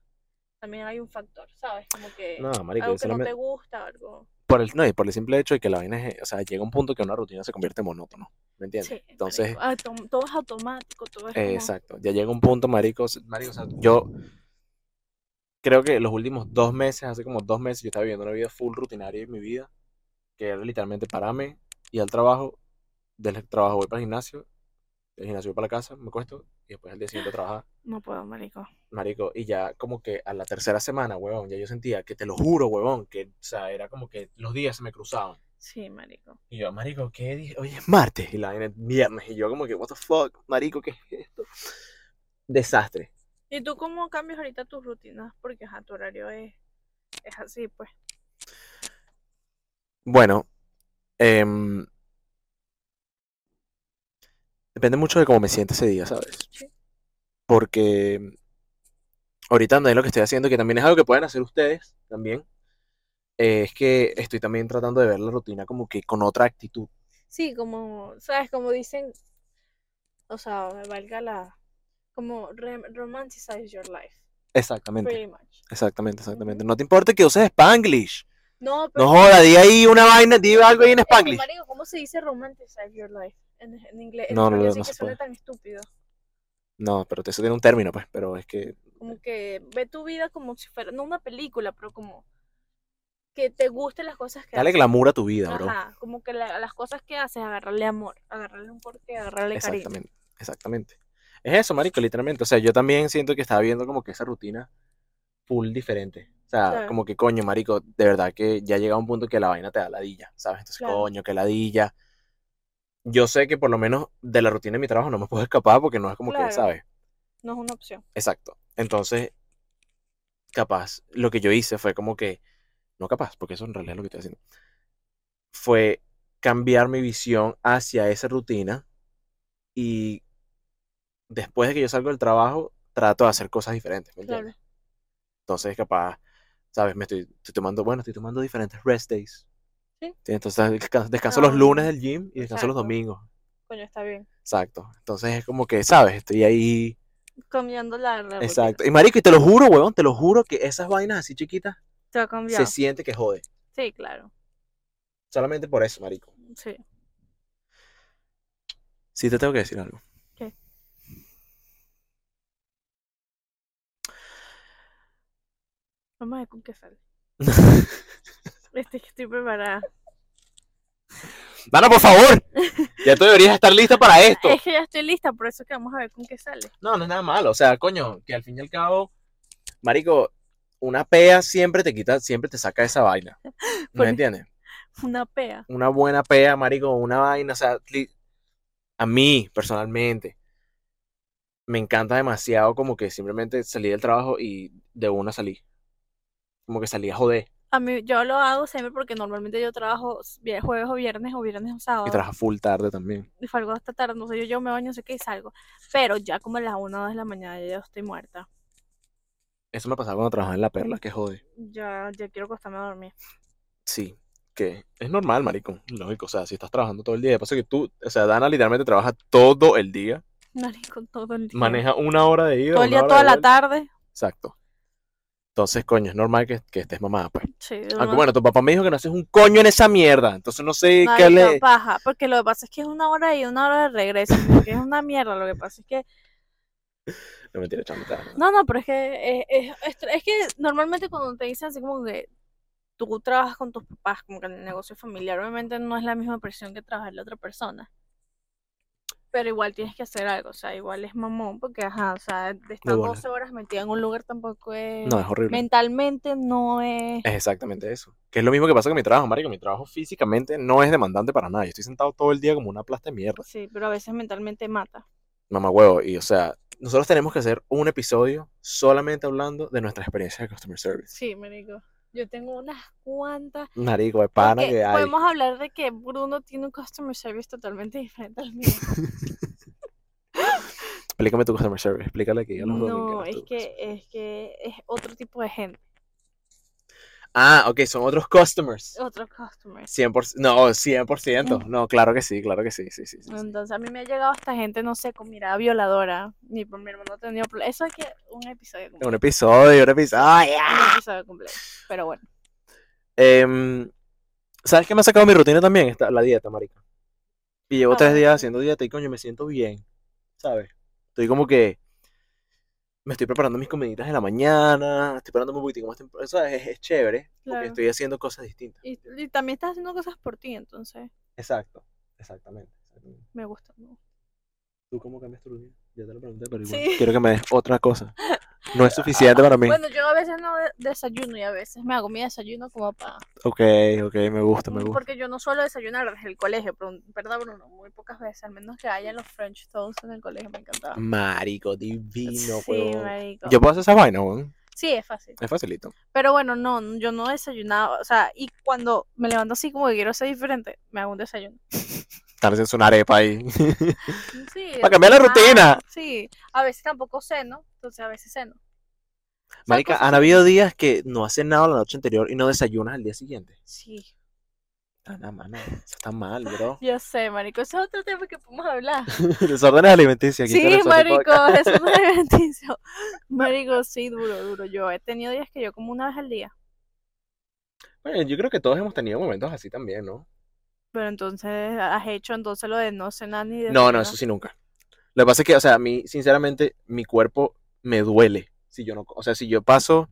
S2: También hay un factor, ¿sabes? Como que
S1: No, marico,
S2: eh, algo que no
S1: solamente-
S2: te gusta, algo.
S1: por el, no, y por el simple hecho de que la vaina es, o sea, llega un punto que una rutina se convierte en monótono, ¿me entiendes?
S2: Sí,
S1: Entonces,
S2: marico. Ah, tom- todo es automático, todo es
S1: eh,
S2: como-
S1: exacto, ya llega un punto, marico, s- marico, o sea, yo creo que los últimos dos meses, hace como dos meses, yo estaba viviendo una vida full rutinaria en mi vida, que era literalmente pararme, ir al trabajo, del trabajo voy para el gimnasio, del gimnasio voy para la casa, me cuesto, y después al día siguiente a trabajar,
S2: No puedo, marico.
S1: marico, y ya como que a la tercera semana, huevón, ya yo sentía que te lo juro, huevón, que, o sea, era como que los días se me cruzaban.
S2: Sí, marico.
S1: Y yo, marico, ¿qué dije? Hoy es martes y la vaina es viernes. Y yo como que, what the fuck, marico, ¿qué es esto? Desastre.
S2: ¿Y tú cómo cambias ahorita tus rutinas? Porque ajá, tu horario es, es así, pues.
S1: Bueno, em, depende mucho de cómo me siente ese día, ¿sabes?
S2: Sí.
S1: Porque ahorita también lo que estoy haciendo, que también es algo que pueden hacer ustedes también, eh, es que estoy también tratando de ver la rutina como que con otra actitud.
S2: Sí, como, ¿sabes? Como dicen, o sea, valga la, como re- romanticize your life,
S1: Exactamente,
S2: pretty much.
S1: exactamente, exactamente.
S2: Ujú.
S1: No te importa que uses Spanglish.
S2: No, pero
S1: No joda, di ahí una vaina, di algo ahí en
S2: es que,
S1: Spanglish.
S2: marico, ¿cómo se dice romanticize your life en, en inglés? En
S1: No, no,
S2: español
S1: no,
S2: sí
S1: no
S2: que
S1: se puede.
S2: suena tan estúpido.
S1: No, pero eso tiene un término, pues, pero es que...
S2: Como que ve tu vida como si fuera, no una película, pero como que te gusten las cosas que
S1: Dale
S2: haces.
S1: glamour a tu vida, bro.
S2: Ajá, como que la- las cosas que haces, agarrarle amor, agarrarle un porqué, agarrarle cariño.
S1: Exactamente, exactamente. Es eso, marico, literalmente. O sea, yo también siento que estaba viendo como que esa rutina full diferente. O sea,
S2: Claro.
S1: como que coño, marico, de verdad que ya llega un punto que la vaina te da ladilla, ¿sabes? Entonces,
S2: Claro.
S1: coño, que ladilla. Yo sé que por lo menos de la rutina de mi trabajo no me puedo escapar porque no es como
S2: Claro.
S1: que, ¿sabes?
S2: No es una opción.
S1: Exacto. Entonces, capaz, lo que yo hice fue como que, no capaz, porque eso en realidad es lo que estoy haciendo, fue cambiar mi visión hacia esa rutina y después de que yo salgo del trabajo, trato de hacer cosas diferentes, ¿me entiendes?
S2: Claro.
S1: Entonces, capaz, ¿sabes? Me estoy, estoy tomando, bueno, estoy tomando diferentes rest days.
S2: Sí.
S1: Entonces, desca- descanso
S2: Ah,
S1: los lunes del gym y descanso los
S2: exacto.
S1: domingos.
S2: Coño, está bien.
S1: Exacto. Entonces, es como que, ¿sabes? Estoy ahí.
S2: Cambiando la, la rutina.
S1: Exacto. Y marico, y te lo juro, huevón, te lo juro que esas vainas así chiquitas
S2: Te va a
S1: se
S2: cambiar. Sí,
S1: siente que jode.
S2: claro.
S1: Solamente por eso, marico.
S2: Sí.
S1: Sí, te tengo que decir algo.
S2: ¿Qué? Vamos a ver con
S1: (laughs)
S2: qué sale. Este que estoy preparada.
S1: Dana, por
S2: (laughs)
S1: favor. Ya tú deberías estar lista para esto.
S2: Es que ya estoy lista, por eso que vamos a ver con qué sale.
S1: No, no es nada malo. O sea, coño, que al fin y al cabo, marico, una pea siempre te quita, siempre te saca esa
S2: (laughs)
S1: vaina. ¿Me
S2: Por-
S1: entiendes?
S2: Una pea.
S1: Una buena pea, marico, una vaina. O sea, li- a mí, personalmente, me encanta demasiado como que simplemente salí del trabajo y de una salí. Como que salí a joder.
S2: A mí, yo lo hago siempre porque normalmente yo trabajo vie- jueves o viernes o viernes o sábado.
S1: Y trabaja full tarde también.
S2: Y salgo hasta tarde, no sé, yo, yo me baño, no sé qué y salgo. Pero ya como a las 1 o 2 de la mañana ya yo estoy muerta.
S1: Eso me pasaba cuando trabajaba en La Perla, que jode.
S2: Ya, ya quiero acostarme a dormir. (laughs)
S1: Sí, que es normal, marico. Lógico, o sea, si estás trabajando todo el día, de paso que tú, o sea, Dana literalmente trabaja todo el día,
S2: Marico, todo el día.
S1: maneja una hora de ida,
S2: todo el
S1: una
S2: día,
S1: hora
S2: toda
S1: de
S2: la
S1: vuelta.
S2: tarde.
S1: Exacto. Entonces, coño, es normal que, que estés mamada, pues.
S2: Sí, de
S1: Aunque
S2: una-
S1: bueno, tu papá me dijo que no haces un coño en esa mierda, entonces no sé qué
S2: Marico,
S1: le...
S2: paja, porque lo que pasa es que es una hora y una hora de regreso, como que es una mierda, lo que pasa es que,
S1: No, mentira, chamo, está-
S2: no, no, pero es que, es, es- es- es que normalmente cuando te dicen así como que tú trabajas con tus papás, como que en el negocio familiar, obviamente no es la misma presión que trabajar la otra persona, pero igual tienes que hacer algo, o sea, igual es mamón, porque, ajá, o sea, de estar
S1: bola.
S2: 12 horas metida en un lugar tampoco es,
S1: No, es horrible.
S2: mentalmente no es,
S1: Es exactamente eso. Que es lo mismo que pasa con mi trabajo, marico. Mi trabajo físicamente no es demandante para nada. Yo estoy sentado todo el día como una plasta de mierda.
S2: sí, pero a veces mentalmente mata,
S1: Mamá huevo, y o sea, nosotros tenemos que hacer un episodio solamente hablando de nuestra experiencia de customer service.
S2: sí, me digo, Yo tengo unas cuantas.
S1: Marico, de pana
S2: Porque
S1: que hay.
S2: Podemos hablar de que Bruno tiene un customer service totalmente (laughs) diferente al mío.
S1: Explícame tu customer service, explícale aquí a los
S2: No,
S1: domingueros
S2: es
S1: tú. pues.
S2: que, es que es otro tipo de gente,
S1: Ah, ok, son otros customers.
S2: otros customers.
S1: 100%, no, 100%, no, claro que sí, claro que sí, sí, sí, sí, sí.
S2: Entonces a mí me ha llegado esta gente, no sé, con mirada violadora. Mi, mi hermano ha tenido... pro- Eso es que un episodio completo.
S1: Un episodio, un episodio.
S2: Un episodio completo. Pero bueno.
S1: Em, ¿Sabes qué me ha sacado mi rutina también? Esta- la dieta, marica. Y llevo
S2: Ah,
S1: tres
S2: bueno,
S1: días
S2: sí.
S1: haciendo dieta y coño, me siento bien, ¿sabes? Estoy como que me estoy preparando mis comiditas de la mañana, estoy preparando un poquitico más temprano, ¿sabes? Es, es chévere porque
S2: Claro.
S1: estoy haciendo cosas distintas.
S2: Y, y también estás haciendo cosas por ti, entonces
S1: Exacto, exactamente. exactamente.
S2: me gusta. me gusta.
S1: ¿Tú cómo cambias tu rutina? Ya te lo pregunté, pero igual
S2: Sí.
S1: quiero que me des otra
S2: (laughs)
S1: cosa. No es suficiente para mí.
S2: Bueno, yo a veces no de- desayuno y a veces me hago mi desayuno como para...
S1: Ok, ok, me gusta, me gusta.
S2: Porque yo no suelo desayunar desde el colegio, pero, ¿verdad, Bruno? Muy pocas veces, al menos que haya los French toast en el colegio, me encantaba.
S1: Marico, divino,
S2: sí,
S1: huevón.
S2: marico.
S1: Yo puedo hacer esa vaina, weón.
S2: Sí, es fácil.
S1: Es facilito.
S2: Pero bueno, no, yo no desayunaba. O sea, y cuando me levanto así como que quiero ser diferente, me hago un desayuno.
S1: Tal vez es una arepa ahí. (laughs)
S2: Sí.
S1: Para cambiar la
S2: normal,
S1: rutina.
S2: Sí. A veces tampoco ceno, entonces a veces ceno. Son
S1: Marica,
S2: cosas
S1: han
S2: que-
S1: habido días que no haces nada la noche anterior y no desayunas al día siguiente.
S2: Sí,
S1: Ah, nada, mano. Eso está mal, bro.
S2: yo sé, marico. Ese es otro tema que podemos hablar.
S1: Desórdenes alimenticias. (laughs) aquí con
S2: Sí,
S1: el Sofi
S2: marico,
S1: Podcast. (laughs)
S2: eso es un alimenticio. (laughs) Marico, sí, duro, duro. Yo he tenido días que yo como una vez al día.
S1: Bueno, yo creo que todos hemos tenido momentos así también, ¿no?
S2: Pero entonces has hecho entonces lo de no cenar ni de
S1: No, no, eso sí nunca. Lo que pasa es que, o sea, a mí, sinceramente, mi cuerpo me duele. Si yo no, o sea, si yo paso,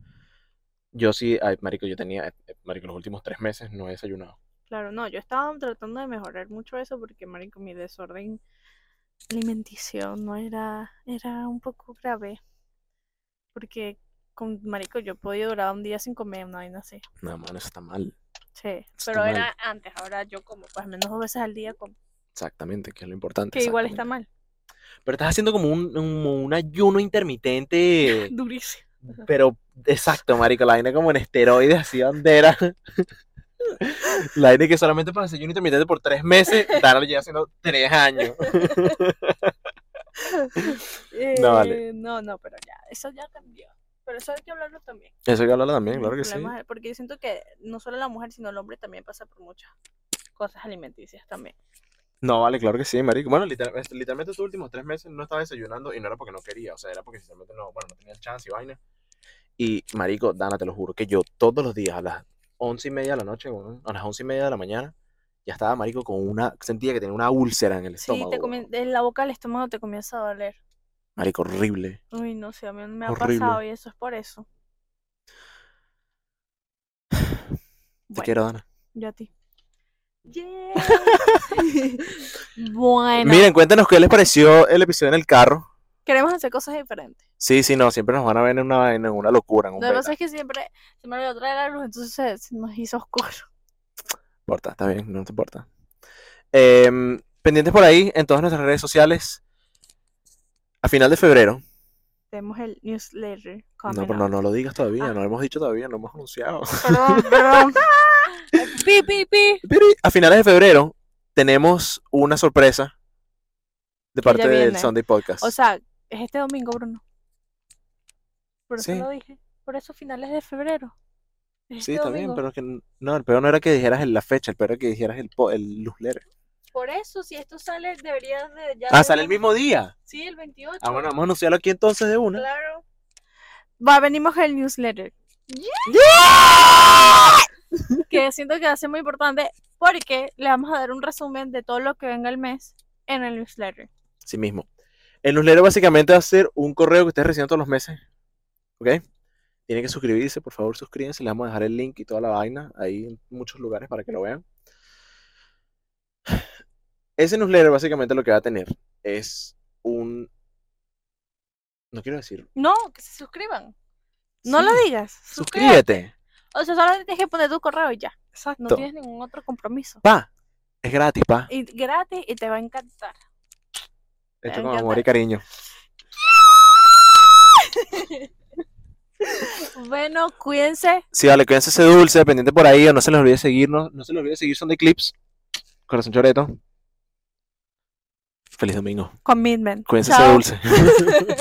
S1: yo sí, ay, marico, yo tenía, eh, marico, los últimos tres meses no he desayunado.
S2: Claro, no, yo estaba tratando de mejorar mucho eso porque, marico, mi desorden alimenticio no era, era un poco grave. Porque con marico yo podía durar un día sin comer, una vaina así.
S1: No, mano, eso está mal.
S2: Sí,
S1: Está
S2: pero
S1: mal.
S2: era antes, ahora yo como, pues al menos dos veces al día como,
S1: Exactamente, que es lo importante.
S2: que igual está
S1: exactamente.
S2: mal.
S1: Pero estás haciendo como un, un, un ayuno
S2: (laughs)
S1: intermitente,
S2: Durísimo.
S1: pero exacto, marico, la vaina como en esteroides, así bandera. (laughs) La vaina que solamente para desayuno intermitente por tres meses, Dana lo lleva haciendo tres años. (laughs) No, vale.
S2: Eh, no, no, pero ya, eso ya cambió. Pero eso hay que hablarlo también.
S1: Eso hay que hablarlo también, claro que
S2: los
S1: sí.
S2: problemas, Porque yo siento que no solo la mujer, sino el hombre también pasa por muchas cosas alimenticias también.
S1: No, vale, claro que sí, marico. Bueno, literal- es- literalmente estos últimos tres meses no estaba desayunando y no era porque no quería, o sea, era porque sinceramente no, bueno, no tenía el chance y vaina. Y, marico, Dana, te lo juro, que yo todos los días a las once y media de la noche, weón, a las once y media de la mañana, ya estaba, marico, con una, sentía que tenía una úlcera en el
S2: Sí,
S1: estómago.
S2: te
S1: weón.
S2: comien- en la boca del estómago te comienza a doler.
S1: Marico, horrible.
S2: Uy, no sé, a mí me ha
S1: Horrible.
S2: pasado y eso es por eso.
S1: Te
S2: Bueno,
S1: quiero, Dana.
S2: yo
S1: (laughs)
S2: a ti. bueno,
S1: Miren, cuéntenos qué les pareció el episodio en el carro.
S2: queremos hacer cosas diferentes.
S1: Sí, sí, no, siempre nos van a ver en una, en una locura, en un
S2: Lo que pasa
S1: beta.
S2: es que siempre se me olvidó traer la luz, entonces se- se nos hizo oscuro.
S1: No importa, está bien, no te importa. Em, pendientes por ahí en todas nuestras redes sociales. A final de febrero.
S2: Tenemos el newsletter.
S1: No,
S2: coming
S1: pero no,
S2: up.
S1: no lo digas todavía,
S2: Ah.
S1: no lo hemos dicho todavía, no lo hemos anunciado. (laughs)
S2: Perdón, perdón. pi, pi, pi.
S1: Pero a finales de febrero tenemos una sorpresa de parte del
S2: viene.
S1: Sunday Podcast.
S2: O sea, es este domingo, Bruno. Por eso
S1: Sí.
S2: lo dije. Por eso finales de febrero. Es
S1: sí,
S2: este
S1: está bien,
S2: domingo.
S1: pero que n- no, el peor no era que dijeras el- la fecha, el peor era que dijeras el, po- el newsletter.
S2: Por eso, si esto sale, debería de ya.
S1: Ah, sale el
S2: deberíamos-
S1: mismo Ah, día.
S2: Sí, el 28.
S1: Ah, bueno, vamos a anunciarlo aquí entonces de una.
S2: Claro. Va, venimos el newsletter.
S1: (laughs)
S2: Que siento que va a ser muy importante porque le vamos a dar un resumen de todo lo que venga el mes en el newsletter.
S1: Sí mismo. El newsletter básicamente va a ser un correo que ustedes reciben todos los meses. ¿Ok? Tienen que suscribirse, por favor, suscríbanse. Les vamos a dejar el link y toda la vaina ahí en muchos lugares para que lo vean. Ese newsletter básicamente lo que va a tener es un... No quiero decir...
S2: No, que se suscriban. No
S1: Sí,
S2: lo digas. Suscríbete.
S1: Suscríbete.
S2: O sea, solamente tienes que poner tu correo y ya.
S1: Exacto.
S2: No tienes ningún otro compromiso.
S1: Pa. Es gratis, pa.
S2: Y gratis y te va a encantar.
S1: Esto con
S2: encanta.
S1: amor y cariño.
S2: Bueno, cuídense.
S1: Sí, dale, cuídense ese dulce, pendiente por ahí, o no se les olvide seguirnos, no se les olvide seguir Son de Clips. Corazón Choreto. Feliz domingo.
S2: Commitment.
S1: Cuídense
S2: Chao.
S1: ese dulce.